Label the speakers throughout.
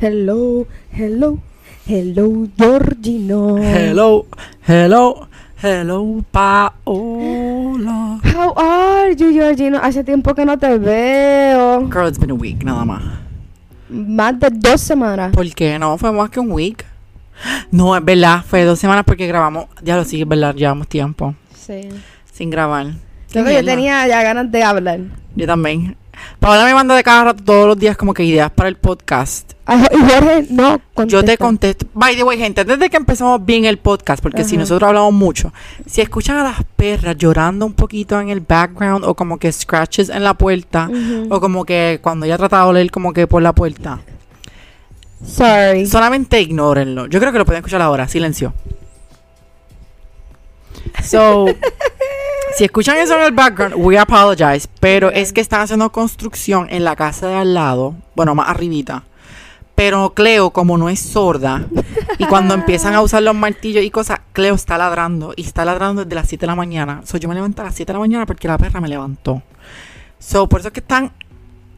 Speaker 1: Hello, hello, hello, Georgino.
Speaker 2: Hello, hello, hello, Paola.
Speaker 1: How are you, Georgino? Hace tiempo que no te veo.
Speaker 2: Girl, it's been a week, nada más.
Speaker 1: Más de dos semanas.
Speaker 2: ¿Por qué no? Fue más que un week. No, es verdad, fue dos semanas porque grabamos. Ya lo sigue, es verdad, llevamos tiempo
Speaker 1: Sí.
Speaker 2: sin grabar. Qué
Speaker 1: Creo que yo
Speaker 2: mierda.
Speaker 1: tenía ya ganas de hablar.
Speaker 2: Yo también. Paola me manda de cada rato todos los días como que ideas para el podcast.
Speaker 1: Ay, Ah, y Jorge, no,
Speaker 2: Yo
Speaker 1: contesta.
Speaker 2: te contesto. By the way, gente, desde que empezamos bien el podcast, porque si
Speaker 1: Ajá.
Speaker 2: nosotros hablamos mucho, si escuchan a las perras llorando un poquito en el background o como que scratches en la puerta
Speaker 1: Ujú.
Speaker 2: o como que cuando ella trata de oler como que por la puerta,
Speaker 1: Sorry.
Speaker 2: solamente ignórenlo. Yo creo que lo pueden escuchar ahora. Silencio. So, si escuchan eso en el background, we apologize. Pero es que están haciendo construcción en la casa de al lado, bueno, más arribita. Pero Cleo, como no es sorda, y cuando empiezan a usar los martillos y cosas, Cleo está ladrando. Y está ladrando desde las 7 de la mañana. So, yo me levanté a las 7 de la mañana porque la perra me levantó. So, por eso es que están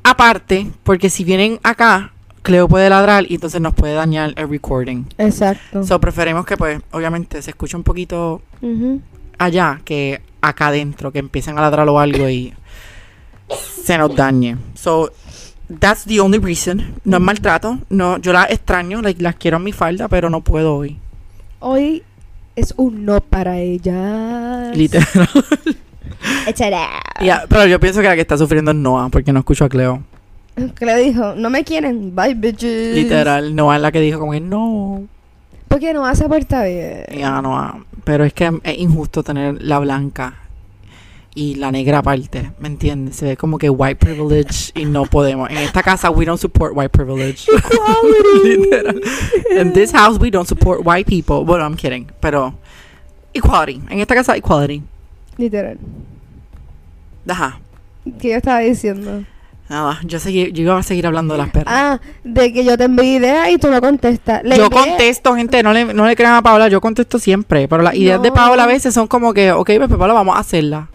Speaker 2: aparte, porque si vienen acá, Cleo puede ladrar y entonces nos puede dañar el recording.
Speaker 1: Exacto.
Speaker 2: So, preferimos que, pues, obviamente se escuche un poquito
Speaker 1: Ujú.
Speaker 2: allá que acá adentro, que empiecen a ladrar o algo y se nos dañe. So, that's the only reason. No es maltrato. No, yo las extraño, like, las quiero en mi falda, pero no puedo hoy.
Speaker 1: Hoy es un no para ella.
Speaker 2: Literal.
Speaker 1: Echará.
Speaker 2: Yeah, pero yo pienso que la que está sufriendo es Noah, porque no escucho a Cleo.
Speaker 1: Que le dijo, no me quieren, bye bitches.
Speaker 2: Literal, Noah es la que dijo como que no.
Speaker 1: Porque no vas a portar bien.
Speaker 2: eh, Ya, Noah. Pero es que es injusto tener la blanca y la negra aparte, ¿me entiendes? Se ve como que white privilege y no podemos. En esta casa we don't support white privilege. Literal. In this house we don't support white people. Bueno, I'm kidding. Pero equality. En esta casa equality.
Speaker 1: Literal.
Speaker 2: Ajá.
Speaker 1: ¿Qué yo estaba diciendo?
Speaker 2: Nada, yo, seguí, yo iba a seguir hablando de las perras.
Speaker 1: Ah, de que yo te envié ideas y tú no contestas. Le
Speaker 2: yo
Speaker 1: envié-
Speaker 2: contesto, gente, no le, no le crean a Paola, yo contesto siempre. Pero las ideas de
Speaker 1: No.
Speaker 2: Paola a veces son como que, ok, pues Paola, vamos a hacerla.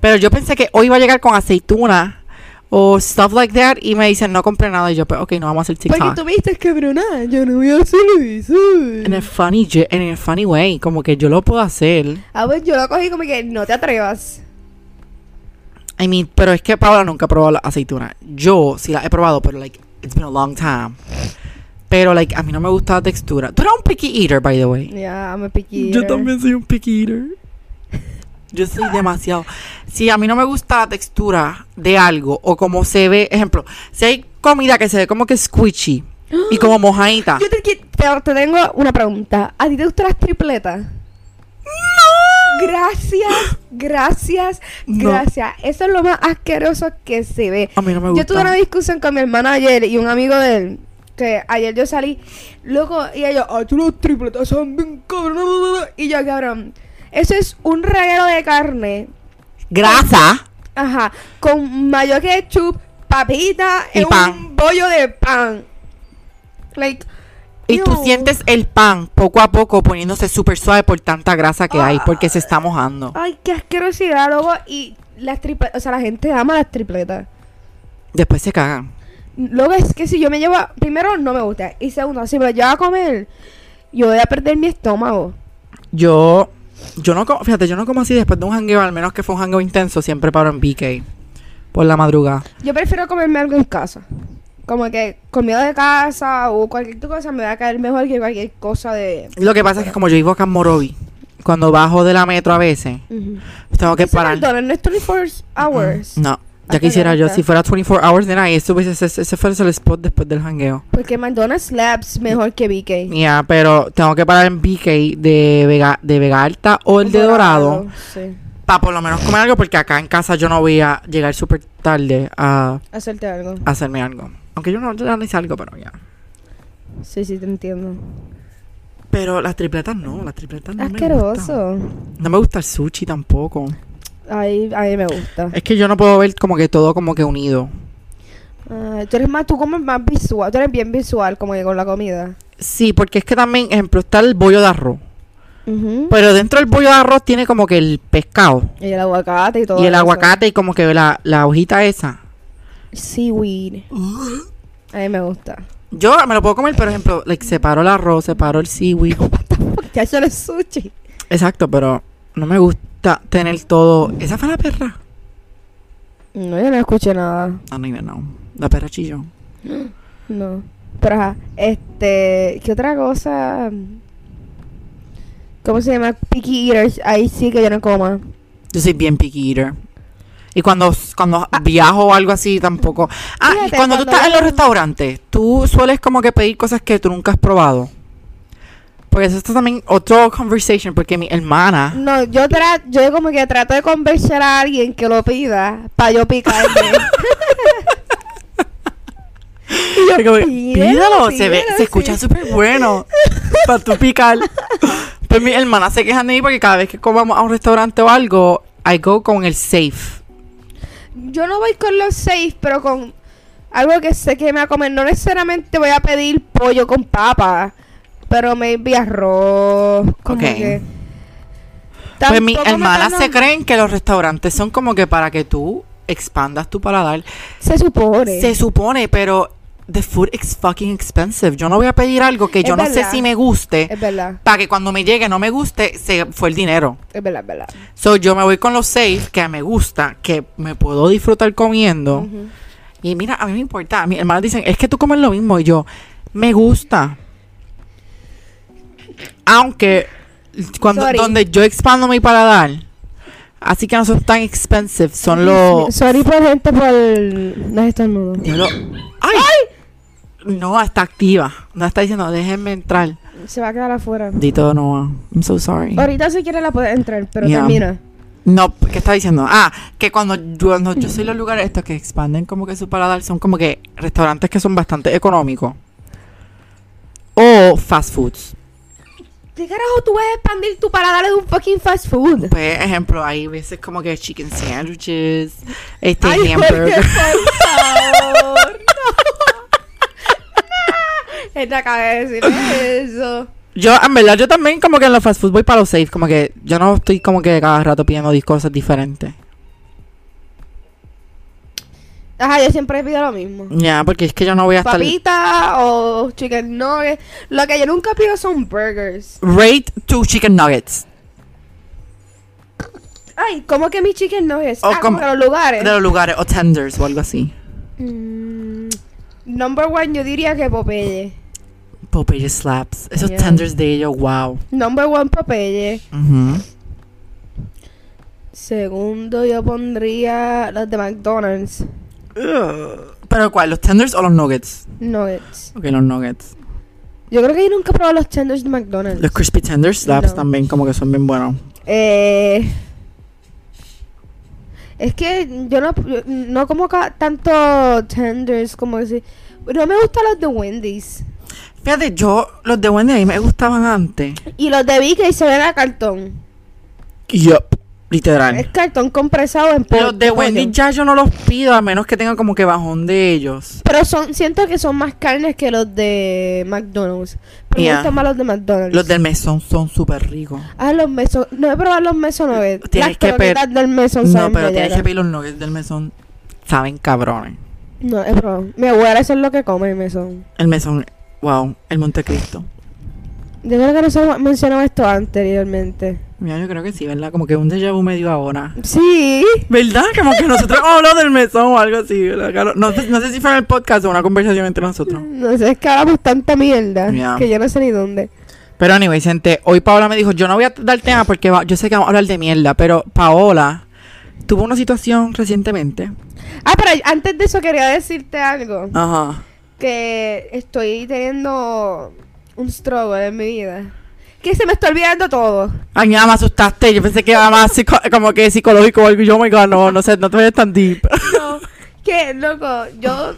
Speaker 2: Pero yo pensé que hoy iba a llegar con aceituna o stuff like that y me dicen, no compré nada. Y yo, pues, ok, no vamos a hacer
Speaker 1: Porque
Speaker 2: TikTok.
Speaker 1: tú viste que, pero nada, yo no voy a hacer eso.
Speaker 2: En el funny, ye- en a funny way, como que yo lo puedo hacer.
Speaker 1: Ah, pues yo lo cogí como que no te atrevas.
Speaker 2: I mean, pero es que Paola nunca ha probado la aceituna. Yo sí la he probado, pero like, it's been a long time. Pero like, a mí no me gusta la textura. Tú eres un picky eater, by the way.
Speaker 1: Ya, me piqué.
Speaker 2: Yo también soy un picky eater. Yo soy demasiado. Si a mí no me gusta la textura de algo o como se ve, ejemplo, si hay comida que se ve como que squishy y como mojadita.
Speaker 1: Ah. Yo te, qui- te- te tengo una pregunta. ¿A ti te gustan las tripletas?
Speaker 2: ¡No!
Speaker 1: Gracias, gracias,
Speaker 2: No.
Speaker 1: gracias. Eso es lo más asqueroso que se ve.
Speaker 2: A mí no me
Speaker 1: Yo
Speaker 2: gusta.
Speaker 1: tuve una discusión con mi hermana ayer y un amigo de él. Que ayer yo salí, loco, y ellos, ay, tú los tripletas son bien cabrón. Y yo, cabrón, eso es un reguero de carne,
Speaker 2: Grasa.
Speaker 1: ajá, con mayo ketchup, papita,
Speaker 2: Y
Speaker 1: en un
Speaker 2: pan.
Speaker 1: bollo de pan. Like,
Speaker 2: Y tú
Speaker 1: ew.
Speaker 2: sientes el pan poco a poco poniéndose súper suave por tanta grasa que hay porque se está mojando.
Speaker 1: Ay, qué asquerosidad, loco. Y las tripletas, o sea, la gente ama las tripletas.
Speaker 2: Después se cagan.
Speaker 1: Luego es que si yo me llevo, a- primero no me gusta y segundo, si me lo llevo a comer, yo voy a perder mi estómago.
Speaker 2: Yo, yo no como, fíjate, yo no como así después de un hangueo, al menos que fue un hangueo intenso, siempre paro en BK. Por la madrugada.
Speaker 1: Yo prefiero comerme algo en casa. Como que comida de casa o cualquier cosa me va a caer mejor que cualquier cosa de...
Speaker 2: Lo que pasa es que como yo vivo acá en Morovi, cuando bajo de la metro a veces, tengo que
Speaker 1: Ese
Speaker 2: parar. Mm,
Speaker 1: McDonald's no es 24 hours.
Speaker 2: No,
Speaker 1: Hasta
Speaker 2: ya quisiera yo,
Speaker 1: ahorita.
Speaker 2: si fuera 24 hours de night, eso hubiese- ese, ese fuese el spot después del hangueo.
Speaker 1: Porque McDonald's Labs mejor que
Speaker 2: Ya,
Speaker 1: BK.
Speaker 2: pero tengo que parar en BK de Vega, de Vega Alta o el de Dorado
Speaker 1: Sí,
Speaker 2: para por lo menos comer algo, porque acá en casa yo no voy a llegar súper tarde a
Speaker 1: hacerte algo.
Speaker 2: hacerme algo. Aunque yo no le hice algo, pero ya.
Speaker 1: Sí, sí, te entiendo.
Speaker 2: Pero las tripletas no, las tripletas no me gustan.
Speaker 1: Asqueroso.
Speaker 2: No me gusta el sushi tampoco.
Speaker 1: Ay, a mí me gusta.
Speaker 2: Es que yo no puedo ver como que todo como que unido.
Speaker 1: Ay, tú eres más, tú comes más visual, tú eres bien visual como que con la comida.
Speaker 2: Sí, porque es que también, ejemplo, está el bollo de arroz.
Speaker 1: Ujú.
Speaker 2: Pero dentro del bollo de arroz tiene como que el pescado
Speaker 1: Pues, Y el aguacate y todo.
Speaker 2: y el
Speaker 1: eso.
Speaker 2: aguacate y como que la, la hojita esa.
Speaker 1: Seaweed. A mí me gusta.
Speaker 2: Yo me lo puedo comer, por ejemplo, like, separo el arroz, separo el seaweed.
Speaker 1: Ya eso es sushi.
Speaker 2: Exacto, pero no me gusta tener todo. Esa fue la perra.
Speaker 1: No, yo no escuché nada.
Speaker 2: I don't even know. La perra chilló.
Speaker 1: No. Pero ajá, este, ¿qué otra cosa? ¿Cómo se llama? Picky eaters. Ahí sí que yo no coma.
Speaker 2: Yo soy bien picky eater. Y cuando, cuando viajo o algo así tampoco. Ah,
Speaker 1: Ah. Fíjate,
Speaker 2: y cuando, tú
Speaker 1: cuando
Speaker 2: estás en los
Speaker 1: vas-
Speaker 2: restaurantes, tú sueles como que pedir cosas que tú nunca has probado. Porque eso está también otro conversation, porque mi hermana...
Speaker 1: No, yo tra yo como que trato de convencer a alguien que lo pida para yo picarme. Y yo,
Speaker 2: Como que,
Speaker 1: "Pídelo,
Speaker 2: pídelo, se ve,
Speaker 1: pídelo,
Speaker 2: se escucha
Speaker 1: sí".
Speaker 2: súper bueno para tú picar. Pues mi hermana se queja de mí porque cada vez que comamos a un restaurante o algo, I go con el safe.
Speaker 1: Yo no voy con los seis, pero con algo que sé que me va a comer. No necesariamente voy a pedir pollo con papa, pero maybe arroz. Como
Speaker 2: Ok.
Speaker 1: que-
Speaker 2: Pues mis
Speaker 1: Tampoco me
Speaker 2: hermanas
Speaker 1: están
Speaker 2: se
Speaker 1: dando-
Speaker 2: creen que los restaurantes son como que para que tú expandas tu paladar.
Speaker 1: Se supone.
Speaker 2: Se supone, pero the food is fucking expensive. Yo no voy a pedir algo que
Speaker 1: Es
Speaker 2: yo no sé
Speaker 1: verdad.
Speaker 2: si me guste,
Speaker 1: Es verdad,
Speaker 2: para que cuando me llegue no me guste, se fue el dinero.
Speaker 1: es verdad, es verdad.
Speaker 2: So yo me voy con los safe que me gusta, que me puedo disfrutar comiendo.
Speaker 1: Ujú.
Speaker 2: Y mira, a mí me importa. Mis hermanas dicen, es que tú comes lo mismo. Y yo, me gusta. Aunque, cuando,
Speaker 1: Sorry.
Speaker 2: donde yo expando mi paladar, así que no son tan expensive, son los...
Speaker 1: Sorry por gente por no estornudo.
Speaker 2: Yo lo- ¡Ay! No, está activa. No está diciendo, déjenme entrar.
Speaker 1: Se va a quedar afuera.
Speaker 2: Dito Noah. I'm so sorry.
Speaker 1: Ahorita si quiere la puede entrar, pero
Speaker 2: Yeah.
Speaker 1: termina.
Speaker 2: No, ¿qué está diciendo? Ah, que cuando yo, cuando yo soy los lugares estos que expanden como que su paladar son como que restaurantes que son bastante económicos. O fast foods.
Speaker 1: ¿Qué carajo tú vas a expandir tu paladar de un fucking fast food?
Speaker 2: Pues, ejemplo, hay veces como que chicken sandwiches, este
Speaker 1: Ay, Jorge,
Speaker 2: hamburger.
Speaker 1: por favor, no. Él te acaba de decir eso.
Speaker 2: Yo, en verdad, yo también como que en los fast food voy para los safe. Como que yo no estoy como que cada rato pidiendo dis- cosas diferentes.
Speaker 1: Ajá, yo siempre pido lo mismo.
Speaker 2: Ya, porque es que yo no voy a estar...
Speaker 1: Papita o chicken nuggets. Lo que yo nunca pido son burgers.
Speaker 2: Rate two chicken nuggets.
Speaker 1: Ay, ¿cómo que mis chicken nuggets?
Speaker 2: O
Speaker 1: ah, como
Speaker 2: como-
Speaker 1: que los lugares.
Speaker 2: De los lugares, o tenders o algo así.
Speaker 1: Mm, number one, yo diría que Popeye.
Speaker 2: Popeye slaps. Esos
Speaker 1: Yeah.
Speaker 2: tenders de ellos, wow.
Speaker 1: Number one, Popeye.
Speaker 2: Ujú.
Speaker 1: Segundo, yo pondría los de McDonald's.
Speaker 2: ¿Pero cuál? ¿Los tenders o los nuggets?
Speaker 1: Nuggets.
Speaker 2: Ok, los nuggets.
Speaker 1: Yo creo que yo nunca he probado los tenders de McDonald's.
Speaker 2: Los crispy tenders slaps
Speaker 1: No.
Speaker 2: también como que son bien buenos.
Speaker 1: Eh, es que yo no, yo no como ca- tanto tenders como así. No me gustan los de Wendy's.
Speaker 2: Fíjate, yo, los de Wendy a mí me gustaban antes.
Speaker 1: Y los de BK se ven a cartón.
Speaker 2: Yup, literal.
Speaker 1: Es cartón compresado en polvo.
Speaker 2: Los de Wendy ya yo no los pido a menos que tengan como que bajón de ellos.
Speaker 1: Pero son, siento que son más carnes que los de McDonald's. Pero
Speaker 2: Yeah.
Speaker 1: me gustan más los de McDonald's.
Speaker 2: Los del mesón son súper ricos.
Speaker 1: Ah, los mesos. No he probado los mesos nuggets.
Speaker 2: Tienes
Speaker 1: Las
Speaker 2: que per-
Speaker 1: croquetas del mesón
Speaker 2: No,
Speaker 1: saben
Speaker 2: pero tienes
Speaker 1: belleras.
Speaker 2: que pedir los nuggets del mesón. Saben cabrones.
Speaker 1: No, he probado. Mi abuela eso es lo que come el mesón.
Speaker 2: El mesón, wow, el Montecristo.
Speaker 1: Yo creo que no se mencionaba esto anteriormente.
Speaker 2: Mira, yo creo que sí, ¿verdad? Como que un déjà vu medio ahora.
Speaker 1: Sí.
Speaker 2: ¿Verdad? Como que nosotros hemos hablado del mesón o algo así. ¿verdad, Caro? No, sé- no sé si fue en el podcast o una conversación entre nosotros.
Speaker 1: No sé, es que hablamos tanta mierda
Speaker 2: Yeah.
Speaker 1: que yo no sé ni dónde.
Speaker 2: Pero anyway, gente, hoy Paola me dijo, yo no voy a dar tema porque va- yo sé que vamos a hablar de mierda, pero Paola tuvo una situación recientemente.
Speaker 1: Ah, pero antes de eso quería decirte algo.
Speaker 2: Ajá.
Speaker 1: Que estoy teniendo un struggle en mi vida. Que se me está olvidando todo.
Speaker 2: Ay, mira, me asustaste. Yo pensé que era más psico- como que psicológico o algo. Y yo, oh my God, no, no sé, no te vayas tan deep.
Speaker 1: No, que loco, yo,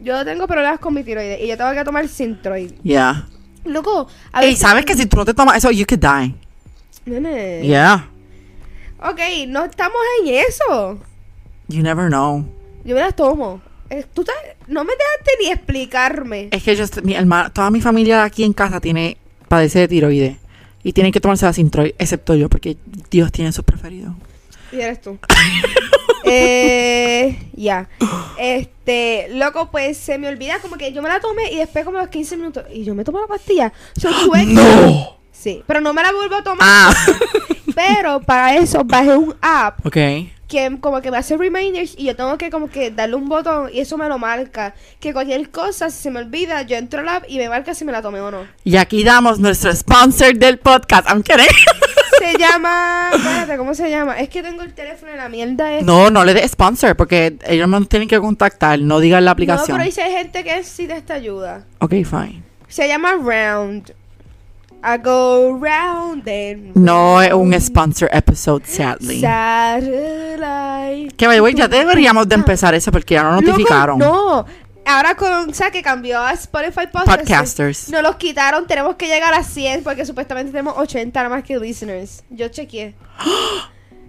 Speaker 1: yo tengo problemas con mi tiroides y yo tengo que tomar Synthroid.
Speaker 2: Yeah.
Speaker 1: Loco, a
Speaker 2: Y sabes que si tú no te tomas eso, you could die.
Speaker 1: Nene.
Speaker 2: Yeah.
Speaker 1: Ok, no estamos en eso.
Speaker 2: You never know.
Speaker 1: Yo me las tomo. Eh, Tú te- no me dejaste ni explicarme.
Speaker 2: Es que yo, est- mi hermana, toda mi familia aquí en casa tiene, padece de tiroides. Y tienen que tomarse la sintroid, excepto yo, porque Dios tiene sus preferidos.
Speaker 1: Y eres tú. eh, ya. Ya. Este, loco, pues se me olvida como que yo me la tomé y después como a los 15 minutos. Y yo me tomo la pastilla. So, tuve que-
Speaker 2: ¡No!
Speaker 1: Sí, pero no me la vuelvo a tomar.
Speaker 2: Ah.
Speaker 1: Pero para eso bajé un app
Speaker 2: ok.
Speaker 1: que como que me hace reminders y yo tengo que como que darle un botón y eso me lo marca. Que cualquier cosa, si se me olvida, yo entro al app y me marca si me la tomé o no.
Speaker 2: Y aquí damos nuestro sponsor del podcast. I'm kidding.
Speaker 1: Se llama... Espérate, ¿cómo se llama? Es que tengo el teléfono en la mierda este. esta.
Speaker 2: No, no le des sponsor porque ellos nos tienen que contactar. No digan la
Speaker 1: No,
Speaker 2: aplicación.
Speaker 1: pero dice gente que necesita esta ayuda.
Speaker 2: Ok, fine.
Speaker 1: Se llama Round. I go round and
Speaker 2: No es un sponsor episode, sadly.
Speaker 1: Satellite. Ah,
Speaker 2: que by the way, ya deberíamos de empezar eso porque ya no
Speaker 1: Loco,
Speaker 2: notificaron.
Speaker 1: no. Ahora con o sea, que cambió a Spotify Podcasters.
Speaker 2: Podcasters.
Speaker 1: Nos los quitaron. Tenemos que llegar a 100 porque supuestamente tenemos 80 nada más que listeners. Yo chequeé.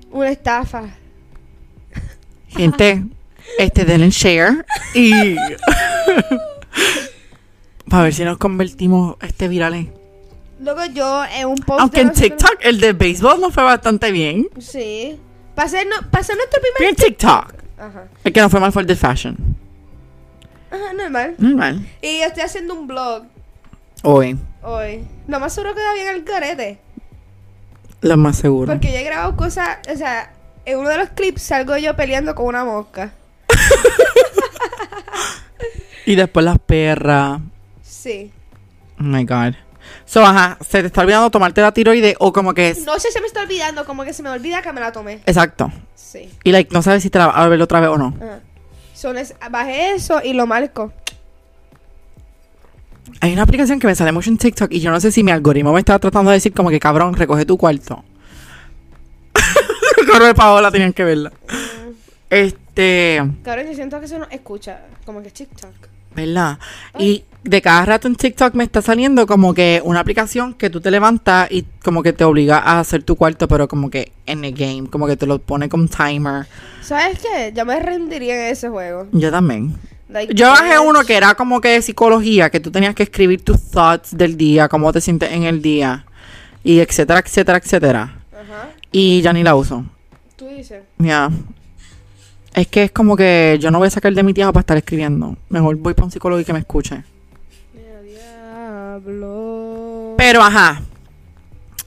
Speaker 1: Una estafa.
Speaker 2: Gente, este denle share y para ver si nos convertimos este virales.
Speaker 1: Luego yo en un post.
Speaker 2: Aunque
Speaker 1: de
Speaker 2: en
Speaker 1: nosotros-
Speaker 2: TikTok el de béisbol no fue bastante bien.
Speaker 1: Sí. Para ser, no, para ser nuestro
Speaker 2: Pero
Speaker 1: primer.
Speaker 2: en TikTok
Speaker 1: Ajá.
Speaker 2: el que no fue mal fue el de fashion.
Speaker 1: Ajá, normal.
Speaker 2: Normal.
Speaker 1: Y yo estoy haciendo un blog
Speaker 2: Hoy,
Speaker 1: hoy. Lo más seguro queda bien el carete.
Speaker 2: lo más seguro.
Speaker 1: Porque yo he grabado cosas, o sea, en uno de los clips salgo yo peleando con una mosca.
Speaker 2: Y después las perras.
Speaker 1: Sí.
Speaker 2: Oh my god. So, ajá, se te está olvidando tomarte la tiroide o como que es.
Speaker 1: No sé si me está olvidando, como que se me olvida que me la tomé.
Speaker 2: Exacto.
Speaker 1: Sí.
Speaker 2: Y like, no sabes si te la vas a beber otra vez o no.
Speaker 1: Ajá. So, les- bajé eso y lo marco.
Speaker 2: Hay una aplicación que me sale mucho en TikTok y yo no sé si mi algoritmo me está tratando de decir como que cabrón, recoge tu cuarto. Corre de Paola, tenían que verla. Este,
Speaker 1: Cabrón, yo siento que eso no escucha, como que TikTok.
Speaker 2: ¿verdad? Y de cada rato en TikTok me está saliendo como que una aplicación que tú te levantas y como que te obliga a hacer tu cuarto, pero como que en el game, como que te lo pone con timer.
Speaker 1: ¿Sabes qué? Yo me rendiría en ese juego.
Speaker 2: Yo también.
Speaker 1: Like,
Speaker 2: Yo bajé
Speaker 1: bitch.
Speaker 2: uno que era como que de psicología, que tú tenías que escribir tus thoughts del día, cómo te sientes en el día, y etcétera, etcétera, etcétera.
Speaker 1: Ajá.
Speaker 2: Y ya ni la uso.
Speaker 1: Tú dices.
Speaker 2: Ya. Es que es como que yo no voy a sacar de mi tiempo para estar escribiendo. Mejor voy para un psicólogo y que me escuche.
Speaker 1: Mira, diablo.
Speaker 2: Pero ajá.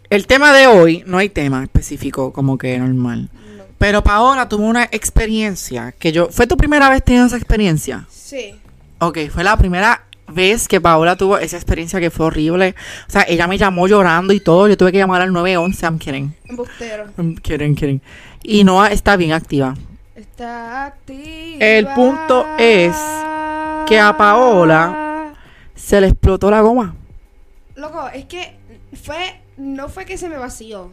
Speaker 2: El tema de hoy, no hay tema específico como que normal. Pero Paola tuvo una experiencia que yo. ¿Fue tu primera vez teniendo esa experiencia?
Speaker 1: Sí.
Speaker 2: Ok, fue la primera vez que Paola tuvo esa experiencia que fue horrible. O sea, ella me llamó llorando y todo. Yo tuve que llamar al 911. I'm kidding.
Speaker 1: Embustero.
Speaker 2: I'm kidding, kidding. Y Noah está bien activa.
Speaker 1: Está activa.
Speaker 2: El punto es que a Paola- Se le explotó la goma.
Speaker 1: Loco, es que fue. No fue que se me vació.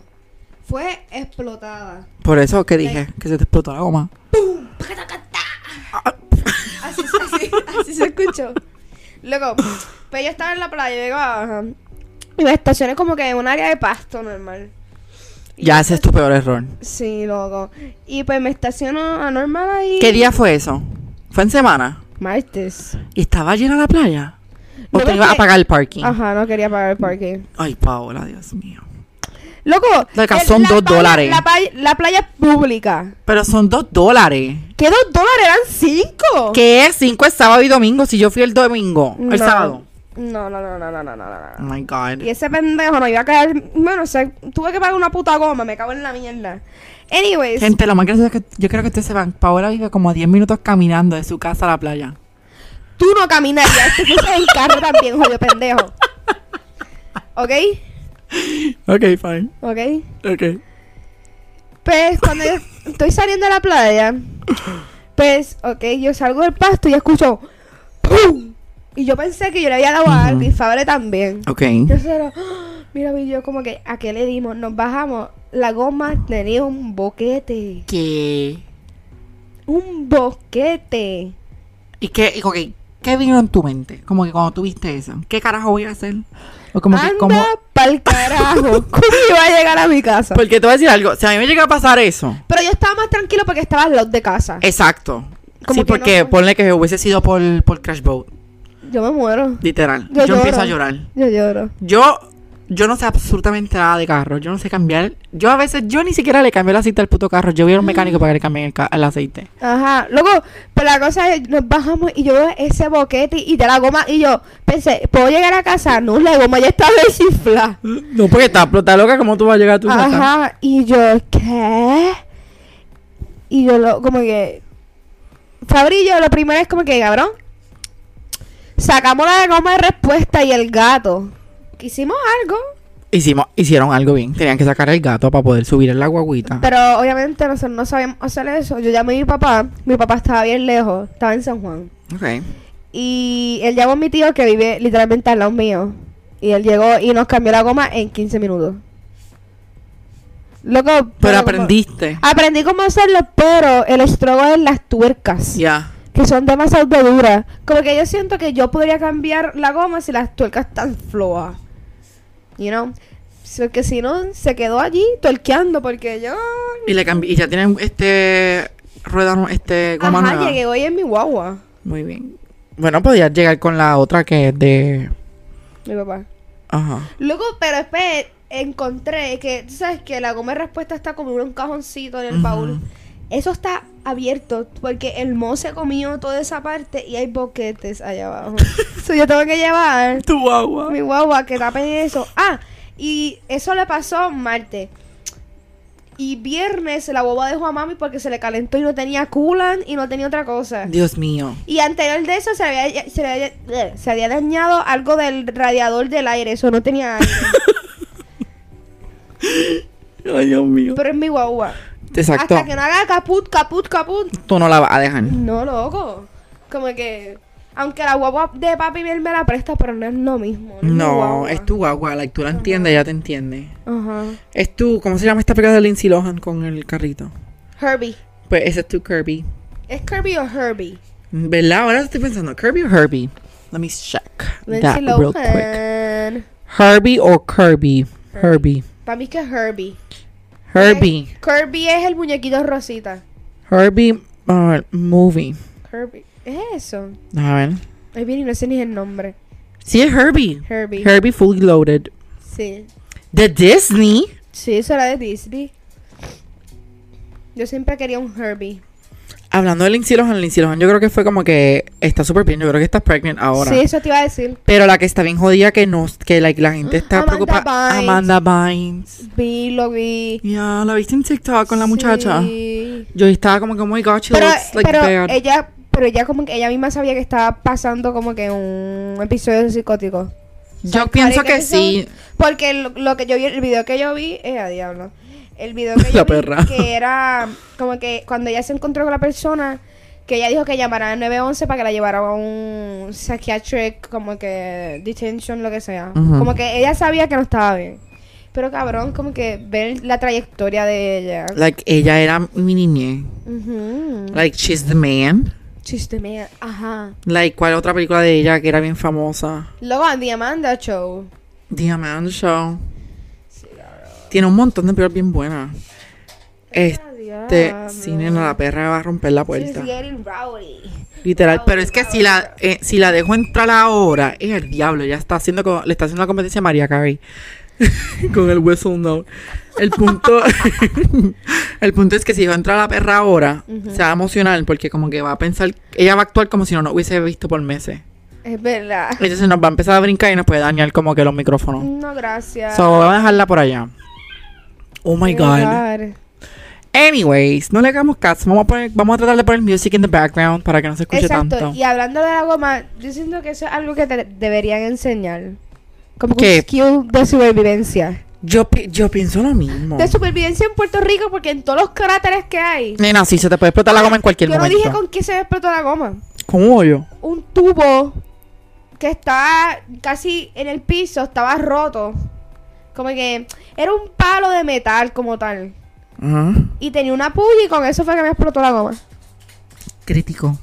Speaker 1: Fue explotada.
Speaker 2: Por eso que dije que se te explotó la goma.
Speaker 1: Así, así, así se escuchó. Loco, pues yo estaba en la playa, yo digo, ajá. Y me estacioné como que en un área de pasto normal. Y
Speaker 2: Ya
Speaker 1: yo
Speaker 2: ese es
Speaker 1: esta-
Speaker 2: tu peor error.
Speaker 1: Sí, loco. Y pues me estaciono anormal ahí.
Speaker 2: ¿Qué día fue eso? Fue en semana.
Speaker 1: Martes.
Speaker 2: ¿Y estaba llena la playa? ¿O
Speaker 1: No,
Speaker 2: te ibas a
Speaker 1: porque-
Speaker 2: pagar el parking?
Speaker 1: Ajá, no quería pagar el parking.
Speaker 2: Ay, Paola, Dios mío.
Speaker 1: Loco,
Speaker 2: Loca,
Speaker 1: el-
Speaker 2: son
Speaker 1: la
Speaker 2: dos
Speaker 1: playa-
Speaker 2: dólares.
Speaker 1: La, playa- la playa es pública.
Speaker 2: Pero son dos dólares.
Speaker 1: ¿Qué dos dólares? Eran cinco.
Speaker 2: ¿Qué? Cinco es sábado y domingo. Si yo fui el domingo, el
Speaker 1: No.
Speaker 2: sábado.
Speaker 1: No, no, no, no, no, no, no, no,
Speaker 2: Oh
Speaker 1: no.
Speaker 2: my God.
Speaker 1: Y ese pendejo no iba a caer. Bueno, o sea, tuve que pagar una puta goma, me cago en la mierda. Anyways,
Speaker 2: Gente, lo más gracioso es que yo creo que ustedes se van. Paola vive como a 10 minutos caminando de su casa a la playa.
Speaker 1: tú no caminarías, te fuiste en carro también, jodido pendejo. ¿Ok?
Speaker 2: Ok, fine.
Speaker 1: ¿Ok?
Speaker 2: Ok.
Speaker 1: Pues cuando yo estoy saliendo a la playa, pues, ok, yo salgo del pasto y escucho ¡Pum! Y yo pensé que yo le había dado a Albi, Fabre también.
Speaker 2: Ok.
Speaker 1: Yo solo, ¡Ah! mira, vi yo como que, ¿a qué le dimos? Nos bajamos, la goma tenía un boquete.
Speaker 2: ¿Qué?
Speaker 1: Un boquete.
Speaker 2: ¿Y qué? y, ok, ¿Qué vino en tu mente? Como que cuando tuviste eso. ¿Qué carajo voy a hacer? O como
Speaker 1: Anda
Speaker 2: que como...
Speaker 1: pa'l carajo. ¿Cómo iba a llegar a mi casa?
Speaker 2: Porque te voy a decir algo. Si a mí me llega a pasar eso.
Speaker 1: Pero yo estaba más tranquilo porque estaba al lado de casa.
Speaker 2: Exacto.
Speaker 1: Ah. Como que
Speaker 2: sí, porque
Speaker 1: no-
Speaker 2: ponle que hubiese sido por, por Crash Boat.
Speaker 1: Yo me muero.
Speaker 2: Literal.
Speaker 1: Yo
Speaker 2: yo empiezo
Speaker 1: lloro.
Speaker 2: a llorar.
Speaker 1: Yo lloro.
Speaker 2: Yo, yo no sé absolutamente nada de carro. Yo no sé cambiar. Yo a veces, yo ni siquiera le cambié el aceite al puto carro. Yo voy a un mecánico para que le cambien el, ca- el aceite.
Speaker 1: Ajá, loco, pero la cosa es, nos bajamos y yo veo ese boquete y de la goma y yo pensé, ¿puedo llegar a casa? No, la goma ya está desinflada.
Speaker 2: No, porque está explota loca. ¿Cómo tú vas a llegar a tu casa?
Speaker 1: Ajá, y yo, ¿qué? Y yo lo, como que... Fabrillo, lo primero es como que, cabrón, sacamos la goma de respuesta y el gato. Hicimos algo,
Speaker 2: Hicimos, hicieron algo bien. Tenían que sacar el gato para poder subir en la guaguita.
Speaker 1: pero obviamente nosotros no sabíamos hacer eso. Yo llamé a mi papá, mi papá estaba bien lejos, estaba en San Juan.
Speaker 2: Ok.
Speaker 1: Y él llamó a mi tío que vive literalmente al lado mío. Y él llegó y nos cambió la goma en 15 minutos. Loco,
Speaker 2: Pero
Speaker 1: como-
Speaker 2: aprendiste.
Speaker 1: Aprendí cómo hacerlo, pero el estrogo es las tuercas,
Speaker 2: Ya.
Speaker 1: que son demasiado de duras. Como que yo siento que yo podría cambiar la goma si las tuercas están flojas. You know? Porque si no, se quedó allí tuerqueando porque yo...
Speaker 2: Y le cambi- y ya tienen este rueda nu- este goma
Speaker 1: Ajá,
Speaker 2: nueva.
Speaker 1: llegué hoy en mi guagua.
Speaker 2: Muy bien. Bueno, podías llegar con la otra que es de
Speaker 1: Mi papá.
Speaker 2: ajá.
Speaker 1: Loco, pero después encontré que, tú sabes que la goma de respuesta está como en un cajoncito en el
Speaker 2: Ujú.
Speaker 1: baúl. Eso está abierto porque el mo se comió toda esa parte y hay boquetes allá abajo. so, yo tengo que llevar
Speaker 2: Tu guagua.
Speaker 1: mi guagua que tape eso. Ah, y eso le pasó martes. Y viernes la boba dejó a mami porque se le calentó y no tenía coolant y no tenía otra cosa.
Speaker 2: Dios mío.
Speaker 1: Y anterior de eso se le había, se le había- se había dañado algo del radiador del aire. Eso no tenía aire.
Speaker 2: Ay, Dios mío.
Speaker 1: Pero es mi guagua.
Speaker 2: Exacto.
Speaker 1: Hasta que no haga caput, caput, caput.
Speaker 2: Tú no la vas a dejar.
Speaker 1: No, loco. Como que. Aunque la guagua de papi Biel me la presta, pero no es lo mismo. es mi
Speaker 2: No,
Speaker 1: guagua.
Speaker 2: es tu guagua, like, tú la entiendes, ella te entiende.
Speaker 1: Ajá.
Speaker 2: Es tu, ¿cómo se llama esta película de Lindsay Lohan con el carrito?
Speaker 1: Herbie.
Speaker 2: Pues ese es tu Kirby.
Speaker 1: ¿Es Kirby o Herbie?
Speaker 2: ¿Verdad? Ahora estoy pensando, ¿Kirby o Herbie? Let me check that
Speaker 1: Lindsay
Speaker 2: real quick.
Speaker 1: Lohan.
Speaker 2: Herbie o Kirby? Herbie.
Speaker 1: Para mí es que es Herbie.
Speaker 2: Herbie.
Speaker 1: Kirby es el muñequito rosita.
Speaker 2: Herbie uh, Movie.
Speaker 1: Kirby. ¿Es eso?
Speaker 2: A ver.
Speaker 1: Ay, bien, y no sé ni el nombre.
Speaker 2: Sí, es Herbie.
Speaker 1: Herbie.
Speaker 2: Herbie Fully Loaded.
Speaker 1: sí.
Speaker 2: De Disney.
Speaker 1: Sí, eso era de Disney. Yo siempre quería un Herbie.
Speaker 2: Hablando de Lindsay Lohan, Lindsay Lohan, yo creo que fue como que está súper bien. Yo creo que está pregnant ahora.
Speaker 1: Sí, eso te iba a decir.
Speaker 2: Pero la que está bien jodida que no, que like, la gente está
Speaker 1: Amanda
Speaker 2: preocupada.
Speaker 1: Bynes.
Speaker 2: Amanda Bynes.
Speaker 1: Vi, lo vi.
Speaker 2: Ya, la viste en TikTok con la muchacha.
Speaker 1: Sí.
Speaker 2: Yo estaba como que, oh my god, she
Speaker 1: Pero,
Speaker 2: looks like
Speaker 1: pero
Speaker 2: bad.
Speaker 1: ella, pero ella como que ella misma sabía que estaba pasando como que un episodio psicótico.
Speaker 2: yo pienso que
Speaker 1: episode.
Speaker 2: sí.
Speaker 1: Porque lo, lo que yo vi, el video que yo vi, eh, a diablo. El video que yo
Speaker 2: La
Speaker 1: vi,
Speaker 2: perra.
Speaker 1: que era como que cuando ella se encontró con la persona, que ella dijo que llamara al 911 para que la llevara a un psychiatric, como que detention, lo que sea.
Speaker 2: Ujú.
Speaker 1: Como que ella sabía que no estaba bien. Pero cabrón, como que ver la trayectoria de ella.
Speaker 2: Like, ella era mi niña.
Speaker 1: Ujú.
Speaker 2: Like, she's the man.
Speaker 1: Chiste mía. Ajá.
Speaker 2: Like, ¿cuál otra película de ella que era bien famosa?
Speaker 1: Luego The Amanda Show.
Speaker 2: The Amanda Show. Tiene un montón de películas bien buenas. Este
Speaker 1: diablo.
Speaker 2: cine no, la perra va a romper la
Speaker 1: She's
Speaker 2: puerta.
Speaker 1: getting rowdy.
Speaker 2: Literal, pero es que si la eh, si la dejo entrar ahora, es el diablo, ya está haciendo co- le está haciendo la competencia a María Carey. con el whistle no. El punto El punto es que si dejo entrar la perra ahora, se va a emocionar porque como que va a pensar, ella va a actuar como si no nos hubiese visto por meses.
Speaker 1: Es verdad.
Speaker 2: Entonces nos va a empezar a brincar y nos puede dañar como que los micrófonos.
Speaker 1: No, gracias.
Speaker 2: So, voy a dejarla por allá. Oh my god.
Speaker 1: God.
Speaker 2: Anyways, no le hagamos caso. Vamos a, poner- vamos a tratar de poner music in the background para que no se escuche
Speaker 1: Exacto.
Speaker 2: tanto.
Speaker 1: Y hablando de la goma, yo siento que eso es algo que te deberían enseñar. Como que
Speaker 2: ¿Qué?
Speaker 1: un skill de supervivencia.
Speaker 2: Yo, pi- yo pienso lo mismo.
Speaker 1: De supervivencia en Puerto Rico, porque en todos los cráteres que hay.
Speaker 2: Nena, sí, se te puede explotar la goma en cualquier
Speaker 1: yo no
Speaker 2: momento.
Speaker 1: dije con qué se me explotó la goma.
Speaker 2: con un hoyo.
Speaker 1: Un tubo que estaba casi en el piso, estaba roto. Como que era un palo de metal como tal.
Speaker 2: Ajá.
Speaker 1: Y tenía una puya y con eso fue que me explotó la goma.
Speaker 2: Crítico.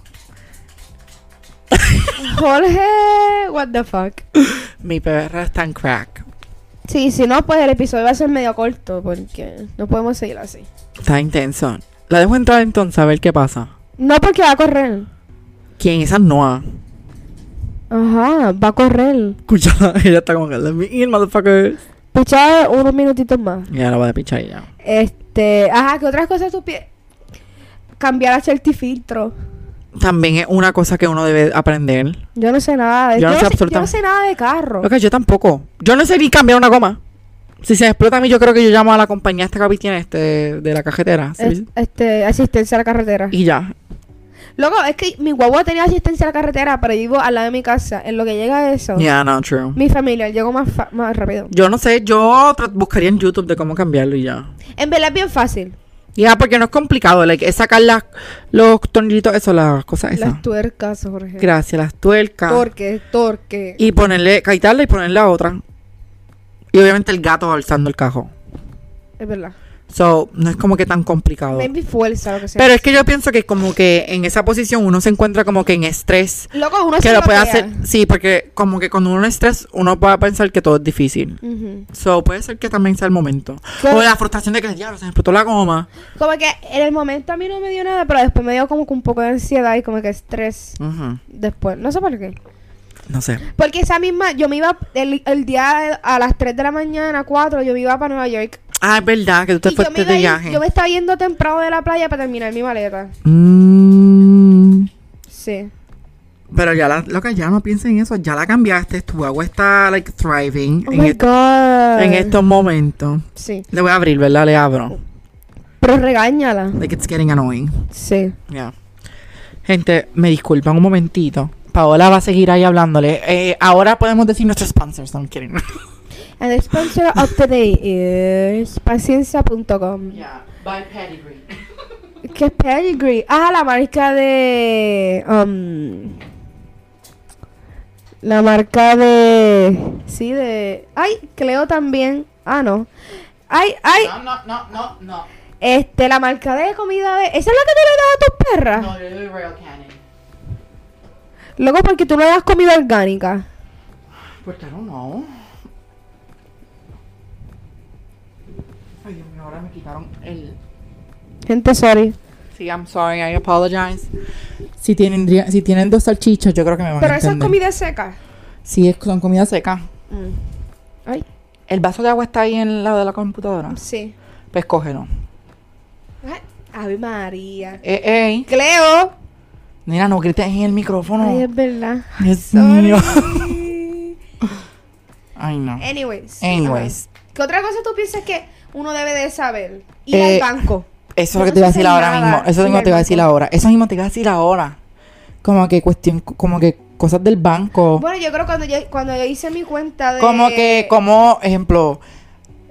Speaker 1: Jorge, what the fuck.
Speaker 2: Mi perra está en crack.
Speaker 1: Sí, si no, pues el episodio va a ser medio corto porque no podemos seguir así.
Speaker 2: Está intenso. La dejo entrar entonces a ver qué pasa.
Speaker 1: No porque va a correr.
Speaker 2: ¿Quién? Esa Noah.
Speaker 1: Ajá, va a correr.
Speaker 2: Escucha, ella está como que, let me in, motherfuckers.
Speaker 1: pichar unos minutitos más.
Speaker 2: Ya la voy a pichar y ya.
Speaker 1: Este, ajá, ¿qué otras cosas tú piensas? Cambiar a certifiltro.
Speaker 2: También es una cosa que uno debe aprender.
Speaker 1: Yo no sé nada de
Speaker 2: Yo no sé
Speaker 1: sé, yo no
Speaker 2: absolutamente-
Speaker 1: sé nada de carro.
Speaker 2: Lo que yo tampoco. Yo no sé ni cambiar una goma. Si se me explota a mí, yo creo que yo llamo a la compañía esta que tiene este, de la cajetera. ¿sí?
Speaker 1: Es- Este, asistencia a la carretera.
Speaker 2: Y ya.
Speaker 1: Loco, es que mi guagua tenía asistencia a la carretera, pero yo vivo al lado de mi casa. En lo que llega a eso,
Speaker 2: Yeah, no, true.
Speaker 1: mi familia llegó más, fa- más rápido.
Speaker 2: Yo no sé, yo tra- buscaría en YouTube de cómo cambiarlo y ya.
Speaker 1: En verdad es bien fácil.
Speaker 2: Ya, porque no es complicado. like, es sacar las, los tornillitos, eso, las cosas esas.
Speaker 1: Las tuercas, Jorge.
Speaker 2: Gracias, las tuercas.
Speaker 1: Torque, torque.
Speaker 2: Y ponerle, quitarla y ponerle la otra. Y obviamente el gato alzando el cajón.
Speaker 1: Es verdad.
Speaker 2: So, no es como que tan complicado.
Speaker 1: Maybe fuerza, lo que sea.
Speaker 2: Pero es que yo pienso que como que en esa posición uno se encuentra como que en estrés.
Speaker 1: Loco, uno
Speaker 2: que
Speaker 1: se
Speaker 2: lo puede
Speaker 1: bloquea.
Speaker 2: hacer, sí, porque como que cuando uno es estrés, uno va a pensar que todo es difícil.
Speaker 1: Ujú.
Speaker 2: So, puede ser que también sea el momento.
Speaker 1: Claro.
Speaker 2: O la frustración de que el diablo se me explotó la goma.
Speaker 1: Como que en el momento a mí no me dio nada, pero después me dio como que un poco de ansiedad y como que estrés
Speaker 2: Ujú,
Speaker 1: después. No sé por qué.
Speaker 2: No sé.
Speaker 1: Porque esa misma, yo me iba el, el día a las 3 de la mañana, 4, yo me iba para Nueva York.
Speaker 2: Ah, es verdad que tú te
Speaker 1: y yo me,
Speaker 2: fuiste
Speaker 1: iba
Speaker 2: de
Speaker 1: a ir-
Speaker 2: viaje.
Speaker 1: yo me estaba yendo temprano de la playa para terminar mi maleta.
Speaker 2: Mm,
Speaker 1: Sí.
Speaker 2: pero ya, la, loca, ya no pienses en eso. Ya la cambiaste. Tu agua está, like, thriving
Speaker 1: Oh
Speaker 2: en,
Speaker 1: my
Speaker 2: est-
Speaker 1: God.
Speaker 2: en estos momentos.
Speaker 1: Sí.
Speaker 2: Le voy a abrir, ¿verdad? Le abro.
Speaker 1: Pero regáñala.
Speaker 2: Like, it's getting annoying.
Speaker 1: Sí.
Speaker 2: Ya. Gente, me disculpan un momentito. Paola va a seguir ahí hablándole. Eh, ahora podemos decir nuestros sponsors, no quieren.
Speaker 1: And the sponsor of the day is paciencia.com.
Speaker 2: by Pedigree.
Speaker 1: ¿Qué es Pedigree? Ah, la marca de. um, la marca de. Sí, de. Ay, Cleo también. Ah, no. Ay, ay.
Speaker 2: no, no, no, no.
Speaker 1: Este, la marca de comida de. ¿Esa es la que tú le das a tus perras?
Speaker 2: yo doy Royal Canin.
Speaker 1: Luego, porque tú no le das comida orgánica.
Speaker 2: Pues claro, no. Ay, Dios mío, ahora me quitaron el.
Speaker 1: Gente, sorry.
Speaker 2: Sí, I'm sorry, I apologize. Si tienen, si tienen dos salchichas, yo creo que me van
Speaker 1: Pero
Speaker 2: a
Speaker 1: esa
Speaker 2: entender.
Speaker 1: es comida seca.
Speaker 2: Sí, es, son comida seca.
Speaker 1: Mm. Ay,
Speaker 2: El vaso de agua está ahí en la de la computadora.
Speaker 1: sí.
Speaker 2: Pues cógelo.
Speaker 1: Ay, Ave María.
Speaker 2: Eh, eh.
Speaker 1: Cleo.
Speaker 2: Mira, no grites en el micrófono.
Speaker 1: Ay, es verdad.
Speaker 2: Dios mío.
Speaker 1: Sorry.
Speaker 2: Ay, no.
Speaker 1: Anyways.
Speaker 2: Anyways.
Speaker 1: ajá. ¿Qué otra cosa tú piensas que uno debe de saber? Ir
Speaker 2: Eh,
Speaker 1: al banco.
Speaker 2: Eso es
Speaker 1: Yo
Speaker 2: lo que
Speaker 1: no
Speaker 2: te iba a
Speaker 1: sé
Speaker 2: decir ahora
Speaker 1: nada.
Speaker 2: mismo. Eso
Speaker 1: Y
Speaker 2: mismo
Speaker 1: el
Speaker 2: te iba a decir
Speaker 1: banco.
Speaker 2: ahora. Eso mismo te iba a decir ahora. Como que cuestión, como que cosas del banco.
Speaker 1: Bueno, eh, yo creo cuando yo, cuando yo hice mi cuenta de...
Speaker 2: como oh. que, como ejemplo,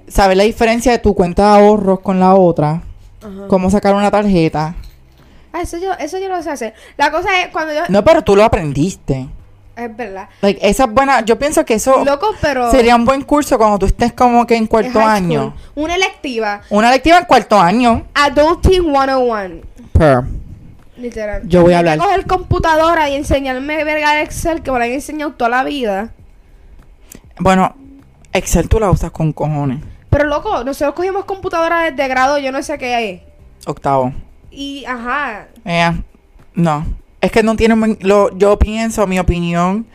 Speaker 2: saber la diferencia de tu cuenta de ahorros con la otra.
Speaker 1: Ajá.
Speaker 2: Cómo sacar una tarjeta.
Speaker 1: Ah, eso yo, eso yo lo sé hacer. La cosa es cuando yo...
Speaker 2: No, pero tú lo aprendiste.
Speaker 1: Es verdad.
Speaker 2: Like, esa es buena. Yo pienso que eso
Speaker 1: Loco, pero...
Speaker 2: Oh. sería un buen curso cuando tú estés como que en
Speaker 1: es
Speaker 2: cuarto
Speaker 1: high school.
Speaker 2: año.
Speaker 1: Una electiva.
Speaker 2: Una lectiva en cuarto año.
Speaker 1: Adulting 101.
Speaker 2: Per.
Speaker 1: Literal.
Speaker 2: Yo voy a hablar.
Speaker 1: Coger computadora y enseñarme verga de Excel que me la han enseñado toda la vida.
Speaker 2: Bueno, Excel tú la usas con cojones.
Speaker 1: Pero loco, nosotros cogimos computadora desde grado, yo no sé qué es.
Speaker 2: Octavo.
Speaker 1: Y ajá.
Speaker 2: Eh, no. Es que no tiene. buen- Lo, yo pienso, mi opinión.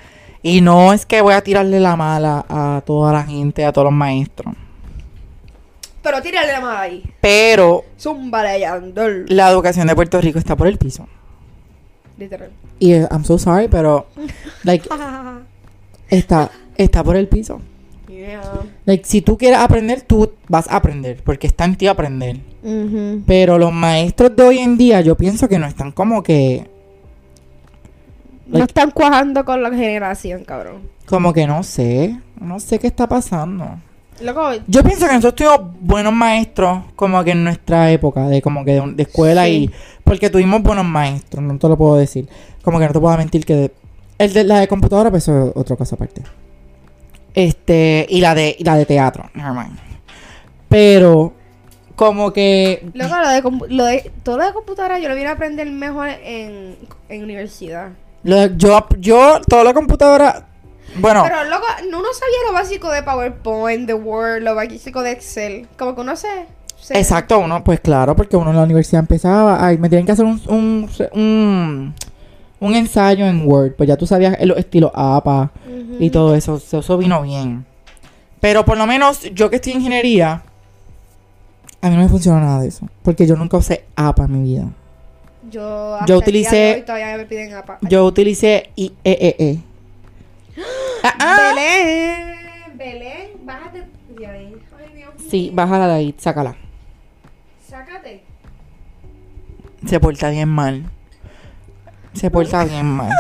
Speaker 2: Y no es que voy a tirarle la mala a toda la gente, a todos los maestros.
Speaker 1: Pero tírale la mano ahí.
Speaker 2: Pero
Speaker 1: Zúmbale, Yandel.
Speaker 2: la educación de Puerto Rico está por el piso.
Speaker 1: Literal.
Speaker 2: Y eh, I'm so sorry, pero. Like, está, está por el piso.
Speaker 1: yeah.
Speaker 2: Like, si tú quieres aprender, tú vas a aprender. Porque está en ti aprender. Pero los maestros de hoy en día, yo pienso que no están como que.
Speaker 1: No están cuajando con la generación, cabrón.
Speaker 2: Como que no sé. No sé qué está pasando.
Speaker 1: Loco,
Speaker 2: Yo pienso que nosotros tuvimos buenos maestros como que en nuestra época de como que de, de escuela
Speaker 1: Sí.
Speaker 2: y porque tuvimos buenos maestros, no te lo puedo decir. Como que no te puedo mentir que de- el de la de computadora pues eso es otra cosa aparte. Este, y la de y la de teatro, never mind. Pero como que
Speaker 1: loco lo de, compu- lo de- todo lo de computadora yo lo vine a aprender mejor en, en universidad.
Speaker 2: lo de- yo yo toda la computadora bueno,
Speaker 1: Pero loco, uno sabía lo básico de PowerPoint, de Word, lo básico de Excel. Como que uno se... se-
Speaker 2: Exacto, uno, pues claro, porque uno en la universidad empezaba, ay, me tienen que hacer un, un, un, un ensayo en Word, pues ya tú sabías los estilos APA
Speaker 1: Ujú.
Speaker 2: y todo eso, so- eso vino bien. Pero por lo menos yo que estoy en ingeniería, a mí no me funciona nada de eso. Porque yo nunca usé APA en mi vida.
Speaker 1: Yo,
Speaker 2: Yo utilicé-
Speaker 1: Y todavía me piden APA.
Speaker 2: Yo utilicé IEEE. E. Ah, ah.
Speaker 1: Belén. Belén, bájate. de ahí. Ay, Dios mío.
Speaker 2: Sí, bájala de ahí, sácala.
Speaker 1: Sácate.
Speaker 2: Se porta bien mal. Se porta bien mal.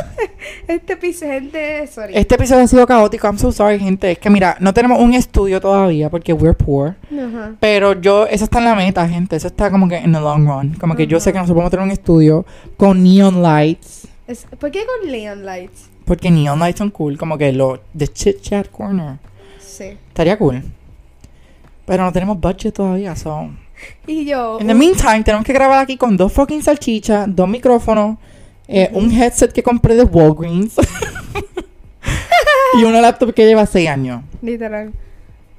Speaker 1: Este piso, gente, sorry.
Speaker 2: Este episodio ha sido caótico. I'm so sorry, gente. Es que mira, no tenemos un estudio todavía porque we're poor.
Speaker 1: Ajá.
Speaker 2: Pero yo, eso está en la meta, gente. Eso está como que en the long run. Como que yo sé que nosotros podemos tener un estudio con neon lights.
Speaker 1: Es- ¿Por qué con Leon Lights?
Speaker 2: Porque neon lights son cool. Como que lo. The chit chat corner.
Speaker 1: Sí.
Speaker 2: Estaría cool. Pero no tenemos budget todavía, so.
Speaker 1: Y yo.
Speaker 2: In the meantime, tenemos que grabar aquí con dos fucking salchichas, dos micrófonos, eh, un headset que compré de Walgreens y una laptop que lleva seis años.
Speaker 1: uh, Literal,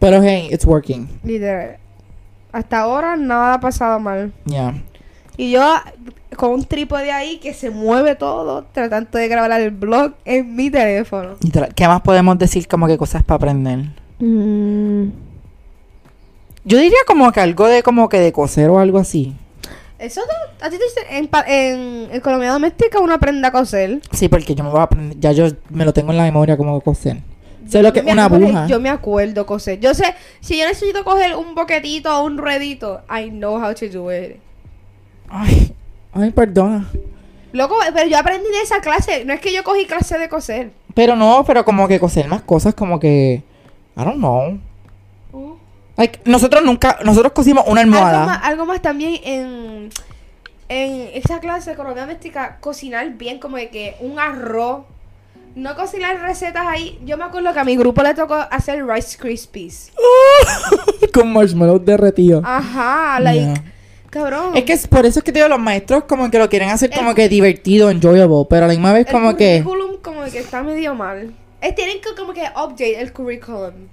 Speaker 2: Pero hey, it's working.
Speaker 1: literal. Hasta ahora nada ha pasado mal.
Speaker 2: Yeah.
Speaker 1: Y yo con un trípode ahí que se mueve todo, tratando de grabar el blog en mi teléfono.
Speaker 2: Literal, ¿Qué más podemos decir como que cosas para aprender? Mm. Yo diría como que algo de como que de coser o algo así.
Speaker 1: Eso te- a ti te dicen en, pa- en economía doméstica uno aprende a coser.
Speaker 2: Sí, porque yo me voy a aprender, ya yo me lo tengo en la memoria como coser. Sé lo que es
Speaker 1: Me
Speaker 2: una
Speaker 1: acuerdo-
Speaker 2: aguja.
Speaker 1: Yo me acuerdo coser. Yo sé, si yo necesito coger un boquetito o un ruedito, I know how to do it.
Speaker 2: Ay, ay, perdona.
Speaker 1: Loco, pero yo aprendí de esa clase. No es que yo cogí clase de coser.
Speaker 2: Pero no, pero como que coser más cosas como que I don't know. Like, nosotros nunca, nosotros cosimos una
Speaker 1: Algo más,
Speaker 2: almohada.
Speaker 1: algo más también en, en esa clase de economía doméstica, cocinar bien, como de que un arroz. No cocinar recetas ahí. Yo me acuerdo que a mi grupo le tocó hacer Rice Krispies.
Speaker 2: Con marshmallows derretidos.
Speaker 1: Ajá, like,
Speaker 2: Yeah.
Speaker 1: cabrón.
Speaker 2: Es que es por eso es que te digo, los maestros como que lo quieren hacer como
Speaker 1: El-
Speaker 2: que divertido, enjoyable, pero a la misma vez
Speaker 1: el
Speaker 2: como que
Speaker 1: currículum como que está medio mal. Eh, tienen que como que update el currículum.